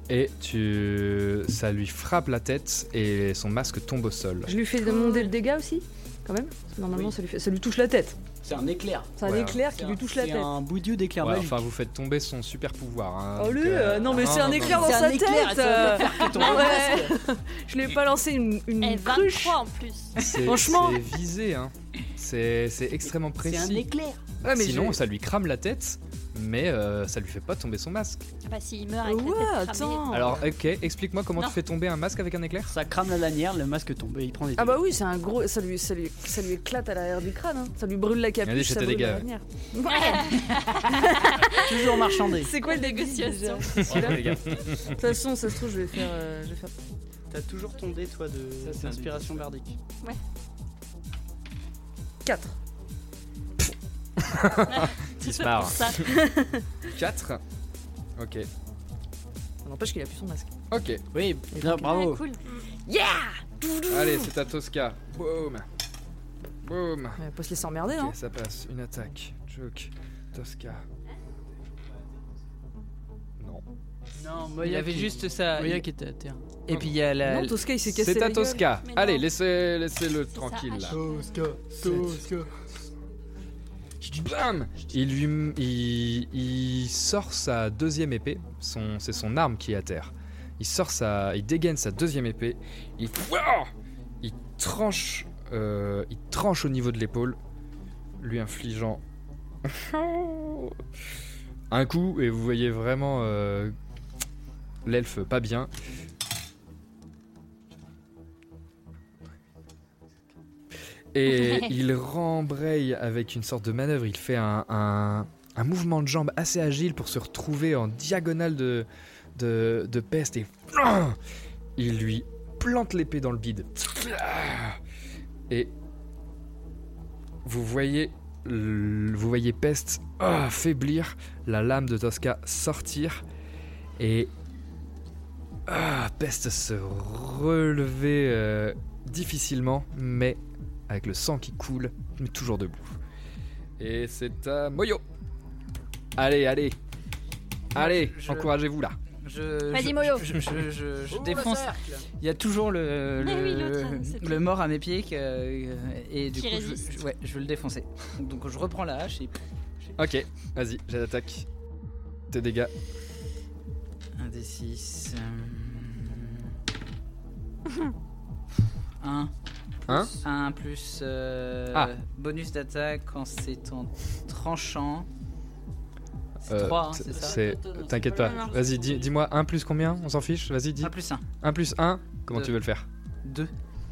E: Et tu. Ça lui frappe la tête et son masque tombe au sol.
C: Je lui fais demander le dégât aussi, quand même. Parce que normalement, ça, lui fait- ça lui touche la tête.
D: C'est un éclair.
C: C'est un
E: Ouais.
C: éclair qui
D: C'est
C: lui
D: un-
C: touche la
D: c'est
C: tête.
D: un boudiou d'éclair
E: Ouais,
D: magique.
E: enfin vous faites tomber son super pouvoir. hein,
C: Oh
E: donc,
C: lui,
E: euh,
C: euh, non mais c'est un
E: non,
C: éclair
E: non.
C: dans
D: C'est
C: sa
D: un éclair,
C: tête.
D: ça va
C: euh,
D: faire que ton
C: ouais. [LAUGHS] Je lui ai pas lancé une, une
F: Et
C: cruche.
F: 23 en plus.
E: C'est
C: Franchement.
E: c'est visé, hein. C'est c'est extrêmement
D: C'est
E: précis.
D: un éclair.
C: Ouais, mais
E: Sinon,
C: j'ai-
E: ça lui crame la tête, mais euh, ça lui fait pas tomber son masque.
F: Ah bah s'il meurt avec
C: Ouais,
F: la tête cramée.
C: attends.
E: Alors, ok, explique-moi comment
F: Non.
E: tu fais tomber un masque avec un éclair
D: Ça crame la lanière, le masque tombe et il prend des
C: Ah bah oui, c'est un gros, ça lui, ça lui, ça lui éclate à l'arrière du crâne. hein. Ça lui brûle la capuche.
E: Allez,
C: ça
E: j'étais
C: brûle
E: des gars,
C: la
E: ouais.
C: lanière.
D: dégâts. [LAUGHS] toujours marchandé.
C: C'est quoi le dégât déjà
F: Négociation.
C: C'est celui-là
E: les gars.
C: De toute façon, ça se trouve, je vais faire, euh, je vais faire
D: T'as toujours ton dé toi de
I: Ça, c'est un
D: inspiration bardique.
C: 4.
E: [LAUGHS] Il se barre. [LAUGHS]
F: Ça.
E: 4. Ok,
C: Ça n'empêche qu'il a plus son masque. Mm.
E: ok.
D: Oui, bien, bravo.
F: Ah, cool.
E: Allez, c'est à Tosca. Boom. Boom.
C: On va pas se laisser emmerder, hein.
E: Ok, ça passe. Une attaque. Joke. Tosca. Non.
D: Non,
I: Il avait juste ça.
L: Moya qui était à terre.
I: Et puis il y a la.
C: Non, Tosca, il s'est cassé.
E: C'est
C: la
E: à
C: gueule.
E: Tosca.
F: Mais non.
E: Allez, laissez- laissez-le
F: ça,
E: tranquille là.
D: Tosca,
E: Bam il, lui, il, il sort sa deuxième épée, son, c'est son arme qui est à terre. Il sort sa, il dégaine sa deuxième épée, il, Ouah il tranche, euh, il tranche au niveau de l'épaule, lui infligeant [LAUGHS] un coup et vous voyez vraiment euh, l'elfe pas bien. Et il rembraye avec une sorte de manœuvre. Il fait un, un- un mouvement de jambe assez agile pour se retrouver en diagonale de, de, de peste. Et [CLEARS THROAT] il lui plante l'épée dans le bide. Et vous voyez, oh, l- vous voyez peste ah, faiblir, la lame de Tosca sortir. Et. Ah, Peste se relevait euh, difficilement, mais avec le sang qui coule, mais toujours debout. Et c'est à Moyo. Allez, allez. Allez,
I: je-
E: encouragez-vous là.
I: Je,
F: Vas-y,
I: je-
F: Moyo.
I: Je, je- je- je
F: Oh,
I: défonce.
F: le cercle.
I: Il y a toujours le,
F: Mais
I: le,
F: oui, l'autre, c'est
I: le mort à mes pieds que- euh, et du
F: Qui
I: coup, je-
F: résiste.
I: je, ouais, je veux le défoncer. Donc je reprends la hache et
E: Ok, vas-y, j'attaque. Tes dégâts.
I: 1 des 6. euh, 1.
E: Un
I: 1 plus euh,
E: Ah.
I: bonus d'attaque quand c'est en tranchant. C'est
E: Euh,
I: 3,
E: t-
I: c'est ça
E: c'est- T'inquiète pas. Vas-y, dis- dis-moi un plus combien On s'en fiche Vas-y, dis.
I: Un plus un.
E: 1 plus 1 Comment
I: Deux.
E: tu veux le faire
I: 2.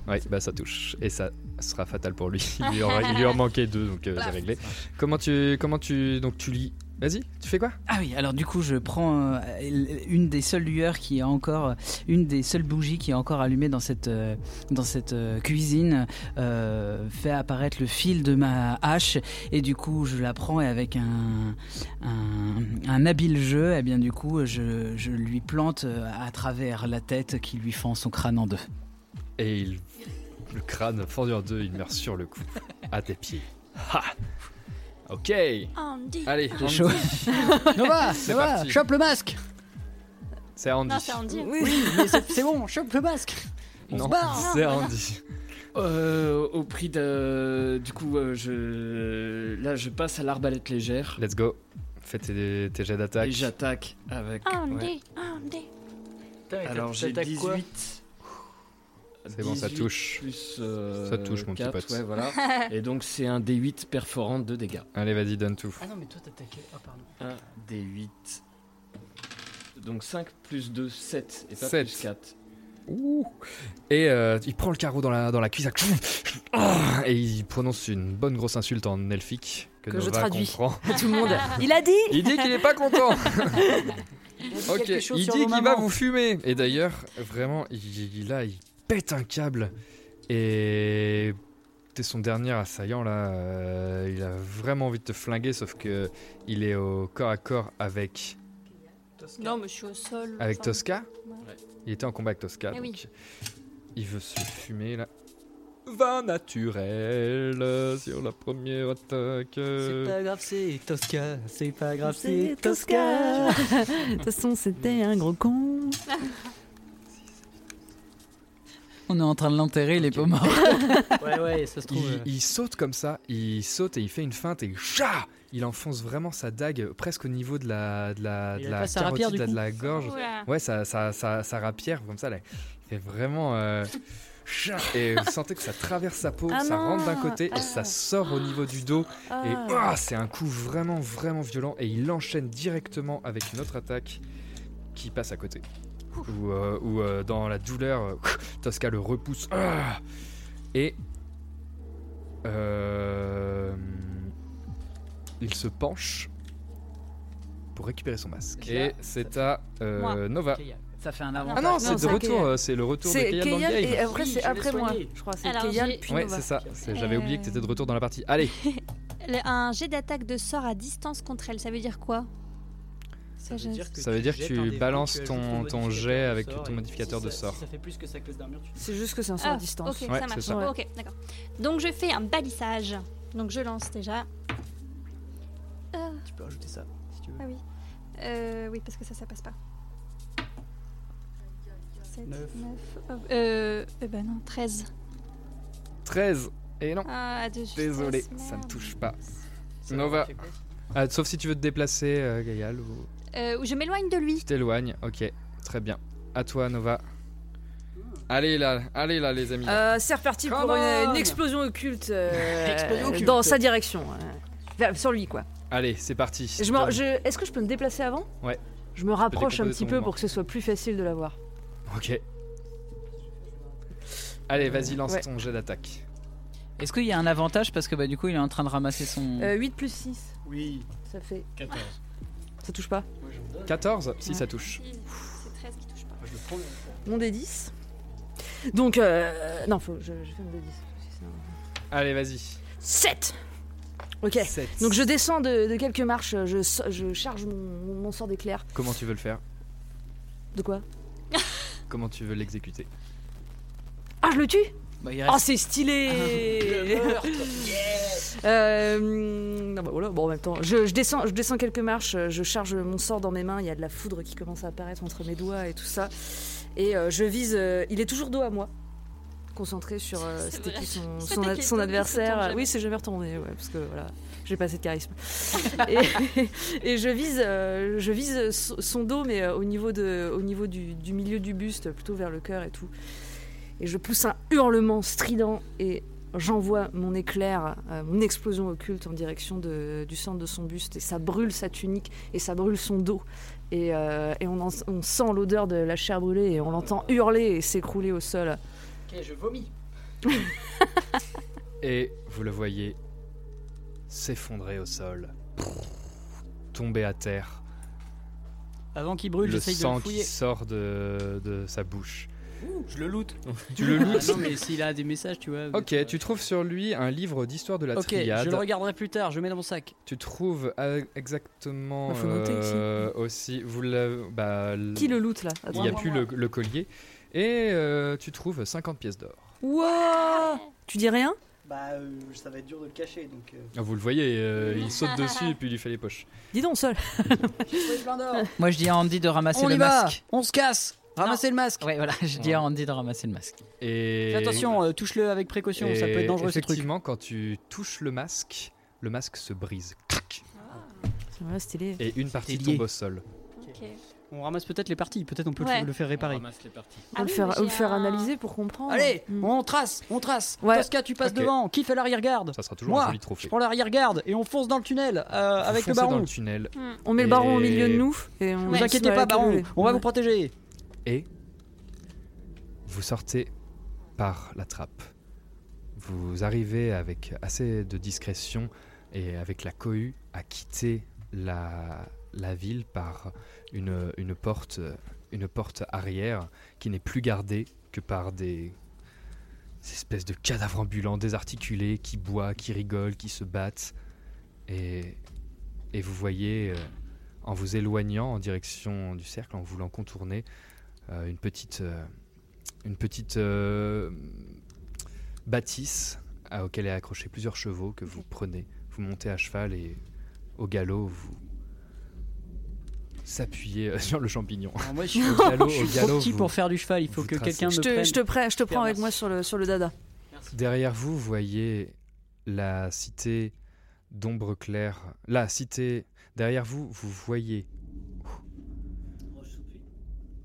E: Ouais, bah ça touche. Et ça sera fatal pour lui.
I: [LAUGHS]
E: Il lui, en- il lui en manquait deux, donc euh, c'est
I: Plaf.
E: réglé. Comment tu. Comment tu. Donc tu lis. Vas-y, tu fais quoi
I: Ah oui, alors du coup, je prends euh, l- une des seules lueurs qui est encore, une des seules bougies qui est encore allumée dans cette, euh, dans cette euh, cuisine, euh, fait apparaître le fil de ma hache, et du coup, je la prends et avec un, un, un habile jeu, et bien du coup, je, je lui plante euh, à travers la tête qui lui fend son crâne en deux.
E: Et il. Le crâne fendu en deux, il meurt sur le cou. À tes pieds. Ha Ok
F: Andy.
E: Allez,
F: J'ai
E: Andy. [LAUGHS]
F: chaud. [LAUGHS]
D: Nova,
E: C'est
D: Nova,
E: parti.
D: chope le masque
E: C'est Andy.
F: Non, c'est Andy.
D: Oui, mais c'est c'est bon, chope le masque On
E: Non,
D: se barre
E: [LAUGHS] c'est Andy.
G: Euh, au prix de. Du coup, euh, je. Là, je passe à l'arbalète légère.
E: Let's go. Fais tes, tes jets d'attaque.
G: Et j'attaque avec. ouais.
F: Andy. Andy.
G: Alors, j'ai 18.
E: C'est bon, ça
G: 18
E: touche.
G: Plus, euh,
E: Ça touche, mon petit
G: 4,
E: pote. [LAUGHS]
G: Ouais, voilà. Et donc, c'est un D8 perforant de dégâts.
E: Allez, vas-y, donne tout.
G: non, mais toi, t'attaquais. Oh, pardon. Un D8. Donc, 5 plus 2, 7. Et pas
E: Sept.
G: plus 4.
E: Ouh. Et euh, il prend le carreau dans la, dans la cuisse. Ah, Et il prononce une bonne grosse insulte en elfique que,
C: Que je
E: Nova
C: traduis
E: comprend.
D: [LAUGHS]
C: à tout
E: [LAUGHS]
C: le monde. Il a dit
E: Il dit qu'il est pas content.
C: [LAUGHS]
E: [LAUGHS] Ok,
C: quelque chose
E: il
C: sur
E: dit
C: vos
E: qu'il va
C: mamans.
E: vous fumer. Et d'ailleurs, vraiment, il, il- là, il pète un câble. Et t'es son dernier assaillant là. euh, il a vraiment envie de te flinguer, sauf que il est au corps à corps avec
F: Non, mais je suis au sol.
E: avec
F: enfin.
E: Tosca.
F: Ouais.
E: Il était en combat avec Tosca.
F: Eh
E: donc
F: oui.
E: Il veut se fumer là. Vin naturel euh, sur la première attaque.
D: C'est
E: euh.
D: pas grave, c'est Tosca, c'est pas grave,
C: C'est
D: c'est
C: Tosca
D: Tosca
E: [LAUGHS]
C: [LAUGHS] De toute façon, c'était un gros con.
I: On est en train de l'enterrer, les pauvres morts. [LAUGHS]
G: [LAUGHS]
D: Ouais, ouais, ça se trouve.
G: euh.
E: Il, il saute comme ça, il saute et il fait une feinte et ja il enfonce vraiment sa dague presque au niveau de la, de la,
G: Il
E: de
G: a
E: la
G: pas sa rapière,
E: carotide,
G: du
E: là, de
G: coup
E: la gorge.
G: Oula.
E: Ouais, sa, sa, sa, sa rapière, comme ça, là, il fait vraiment. euh, ja et vous sentez que ça traverse sa peau,
C: Ah
E: ça rentre d'un
C: non
E: côté et ça sort au niveau du dos. Et
C: Ah.
E: ouah, c'est un coup vraiment, vraiment violent. Et il enchaîne directement avec une autre attaque qui passe à côté. Ou euh, ou, euh, dans la douleur, euh, Tosca le repousse. Ah et euh, il se penche pour récupérer son masque.
I: Keia,
E: Et c'est à euh, Nova.
I: Ça fait un avant.
E: Ah non, c'est de retour, euh, c'est le retour de
C: C'est
E: Kayal dans le
C: Kayal
E: game.
C: et après,
I: Oui,
C: c'est
I: je l'ai
C: après moi.
I: soigné.
C: Je crois c'est
F: Alors,
C: Kayal
F: j'ai-
C: puis
E: Ouais,
C: Nova. Eh.
E: c'est ça. c'est- J'avais oublié que t'étais de retour dans la partie.
C: [LAUGHS]
E: Allez,
F: Le- un jet d'attaque de sort à distance contre elle, ça veut dire quoi ça, je-
E: ça veut dire que tu balances ton, ton jet avec ton modificateur de sort.
D: Ça fait plus que sa classe d'armure, tu
C: C'est juste que c'est un sort à
F: Ah,
C: distance.
F: Ok,
E: Ouais,
F: ça
E: c'est
F: marche.
E: ça.
F: Ok, d'accord. Donc je fais un balissage. Donc je lance déjà. Euh,
D: Tu peux rajouter ça si tu veux.
F: ah oui. Euh, oui, parce que ça, ça passe pas. 7,
D: Neuf.
F: 9. euh, eh ben non, 13.
E: 13 Et non.
F: Ah, de justesse,
E: Désolé,
F: merde.
E: ça ne touche pas. Bah, Nova. Ah, sauf si tu veux te déplacer, euh, Gaël, ou
F: Euh, je m'éloigne de lui.
E: tu t'éloignes. Ok, très bien. À toi, Nova. Allez là, allez là, les amis.
C: Euh, c'est reparti
D: Come
C: pour une,
D: on
C: une explosion occulte euh,
D: Explosion occulte.
C: dans sa direction. euh, vers- sur lui, quoi.
E: Allez, c'est parti.
C: Je m'en- je- Est-ce que je peux me déplacer avant
E: Ouais.
C: Je me rapproche un
E: décomposer
C: petit
E: ton
C: peu
E: mouvement.
C: pour que ce soit plus facile de la voir.
E: Ok. Allez, vas-y, lance
C: Ouais.
E: ton jet d'attaque.
I: Est-ce qu'il y a un avantage parce que bah, du coup, il est en train de ramasser
E: Mm.
I: son.
C: Euh, 8 plus 6,
D: Oui.
C: ça fait.
D: 14.
C: Ça touche pas
E: 14 Si,
C: Ouais.
E: ça touche.
F: C'est 13 qui touche pas.
C: Mon D10. Donc, euh, non, faut, je, je fais mon D10.
E: Allez, vas-y.
C: 7 Ok.
E: Sept.
C: Donc je descends de, de quelques marches, je, so- je charge mon, mon- mon sort d'éclair.
E: Comment tu veux le faire
C: De quoi
E: Comment tu veux l'exécuter
C: Ah, je le tue
E: Bah, il
C: Oh,
E: reste- Ah,
C: c'est stylé
E: Le meurtre.
C: [LAUGHS] Euh, non, bah voilà, bon, en même temps, je, je descends, je descends quelques marches, euh, je charge mon sort dans mes mains, il y a de la foudre qui commence à apparaître entre mes doigts et tout ça. Et euh, je vise. euh, il est toujours dos à moi, concentré sur euh,
F: C'est
C: c'était
F: vrai.
C: qui son,
F: C'est
C: son,
F: vrai
C: ad- son
F: qu'il tombe, il se tourne
C: adversaire.
F: jamais.
C: Ah Oui, c'est jamais retourné, ouais, parce que voilà, j'ai pas assez de charisme. et, et je vise, euh, je vise son son dos, mais euh, au niveau, de, au niveau du, du milieu du buste, plutôt vers le cœur et tout. Et je pousse un hurlement strident et j'envoie mon éclair, euh, mon explosion occulte en direction de- du centre de son buste. Et ça brûle sa tunique et ça brûle son dos. Et, euh, et on, en- on sent l'odeur de la chair brûlée et on l'entend hurler et s'écrouler au sol.
D: Ok, je vomis.
E: Et vous le voyez s'effondrer au sol, tomber à terre.
D: Avant qu'il brûle,
E: le
D: j'essaye de
E: sang
D: le
E: qui
D: fouiller.
E: sort de, de sa bouche.
D: Ouh, je
E: [LAUGHS]
D: le loot.
E: Tu le lootes
D: Ah Non, [LAUGHS] mais s'il a des messages, tu vois.
E: Ok, tu trouves sur lui un livre d'histoire de la
D: euh, Ok,
E: triade.
D: je le regarderai plus tard, je le mets dans mon sac.
E: Tu trouves euh, exactement
D: Bah, faut noter
E: euh, aussi. Vous l'avez- bah, l-
C: Qui le loot là
E: Il n'y a plus le, le collier. Et euh, tu trouves 50 pièces d'or.
C: Wouah Tu dis rien
D: Bah, ça va être dur de le cacher, donc. [LAUGHS]
E: Ah, Vous le voyez, euh, il saute dessus et puis il lui fait les poches.
C: Dis donc, sol [LAUGHS]
K: Moi, je dis à Andy de ramasser
D: On
K: le
D: y va
K: masque.
D: On se casse
I: Ah
D: Ramassez le masque
K: Ouais,
D: [LAUGHS]
I: [LAUGHS]
K: voilà, je dis à Andy de ramasser le masque.
E: Et
D: Fais attention, euh, touche-le avec précaution, ça
E: Et
D: peut être dangereux ce truc.
E: Effectivement, quand tu touches le masque, le masque se brise. Clac
C: C'est vrai, stylé.
E: Et une partie
D: C'était lié.
E: tombe au sol.
D: On ramasse peut-être les parties, peut-être on peut le-
C: Ouais. Ah
D: le faire réparer. Ah
C: On le faire, on le faire analyser pour comprendre.
D: Allez,
C: Mm.
D: on trace, on trace.
C: Ouais.
D: Tosca, tu passes
E: Ok.
D: devant. Qui fait l'arrière-garde
E: Ça sera toujours
D: Moi,
E: un joli trophée.
D: Je prends l'arrière-garde et on fonce dans le tunnel euh,
E: Vous
D: avec le
E: foncez
D: baron.
E: dans le tunnel.
C: Hmm. On met le baron au
E: Et-
C: milieu de nous et on.
D: Ne vous inquiétez pas, baron, on va vous protéger.
E: Et vous sortez par la trappe. Vous arrivez avec assez de discrétion et avec la cohue à quitter la, la ville par une, une porte, une porte arrière qui n'est plus gardée que par des ces espèces de cadavres ambulants désarticulés qui boivent, qui rigolent, qui se battent. Et, et vous voyez, euh, en vous éloignant en direction du cercle, en voulant contourner, euh, une petite, euh, une petite euh, bâtisse à- auquel est accroché plusieurs chevaux que vous prenez. Vous montez à cheval et au galop, vous s'appuyez euh, [LAUGHS] sur le champignon.
D: Alors Ah, moi,
C: [LAUGHS]
D: je suis,
E: Au [LAUGHS]
D: je suis
E: au
D: trop petit
E: vous-
D: pour faire du cheval, il faut
E: vous
D: que
E: tracez.
D: quelqu'un me
C: Je te,
D: prenne.
C: je te, prends- je te prends avec
D: Merci.
C: moi sur le, sur le dada.
E: Derrière vous, vous voyez la cité d'ombre claire. La cité. Derrière vous, vous voyez.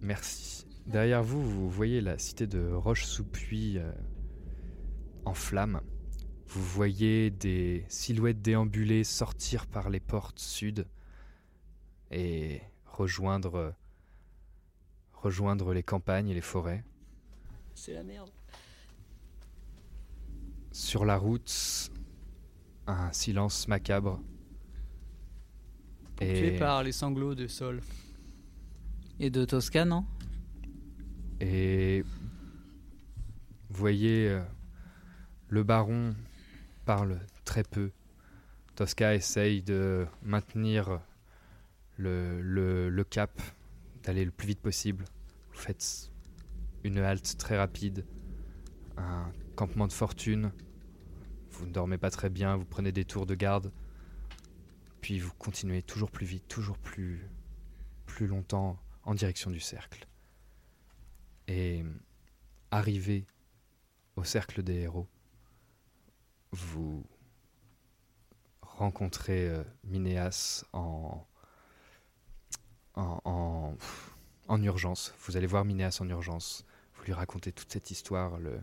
E: Merci. Derrière vous, vous voyez la cité de Roche-sous-Puy euh, en flammes. Vous voyez des silhouettes déambulées sortir par les portes sud et rejoindre, rejoindre les campagnes et les forêts.
D: C'est la merde.
E: Sur la route, un silence macabre.
D: Tué par les sanglots de sol.
K: Et de Tosca,
I: hein.
K: non
E: Et vous voyez, euh, le baron parle très peu. Tosca essaye de maintenir le, le- le cap, d'aller le plus vite possible. Vous faites une halte très rapide, un campement de fortune. Vous ne dormez pas très bien, vous prenez des tours de garde. Puis vous continuez toujours plus vite, toujours plus, plus longtemps en direction du cercle et arrivé au cercle des héros, vous rencontrez euh, Minéas en, en, en- pff, en urgence. Vous allez voir Minéas en urgence. Vous lui racontez toute cette histoire. Le,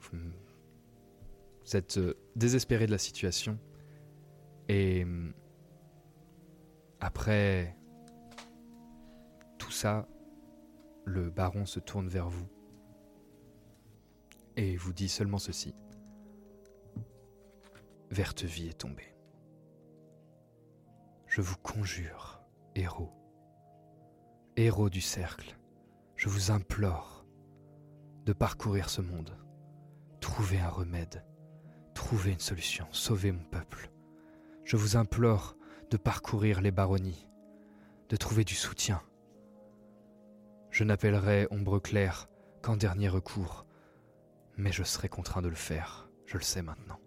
E: vous, vous êtes euh, désespéré de la situation. Et hum, après tout ça, le baron se tourne vers vous et vous dit seulement ceci. Vertevie est tombée. Je vous conjure, héros, héros du cercle, je vous implore de parcourir ce monde, trouver un remède, trouver une solution, sauver mon peuple. Je vous implore de parcourir les baronnies, de trouver du soutien,
M: Je n'appellerai Ombre Claire qu'en dernier recours, mais je serai contraint de le faire, je le sais maintenant.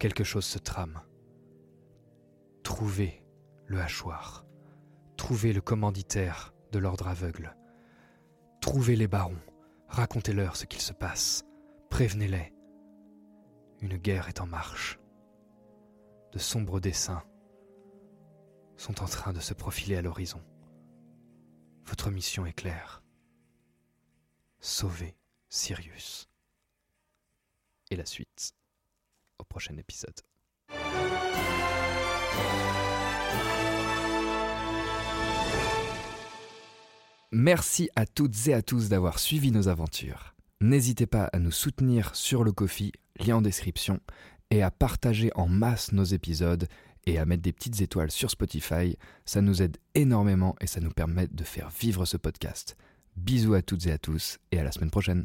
M: Quelque chose se trame. Trouvez le hachoir, trouvez le commanditaire de l'ordre aveugle, trouvez les barons, racontez-leur ce qu'il se passe, prévenez-les. Une guerre est en marche. De sombres dessins sont en train de se profiler à l'horizon. Votre mission est claire. Sauver Sirius. Et la suite au prochain épisode.
N: Merci à toutes et à tous d'avoir suivi nos aventures. N'hésitez pas à nous soutenir sur le Kofi, lien en description, et à partager en masse nos épisodes et à mettre des petites étoiles sur Spotify. Ça nous aide énormément et ça nous permet de faire vivre ce podcast. Bisous à toutes et à tous et à la semaine prochaine.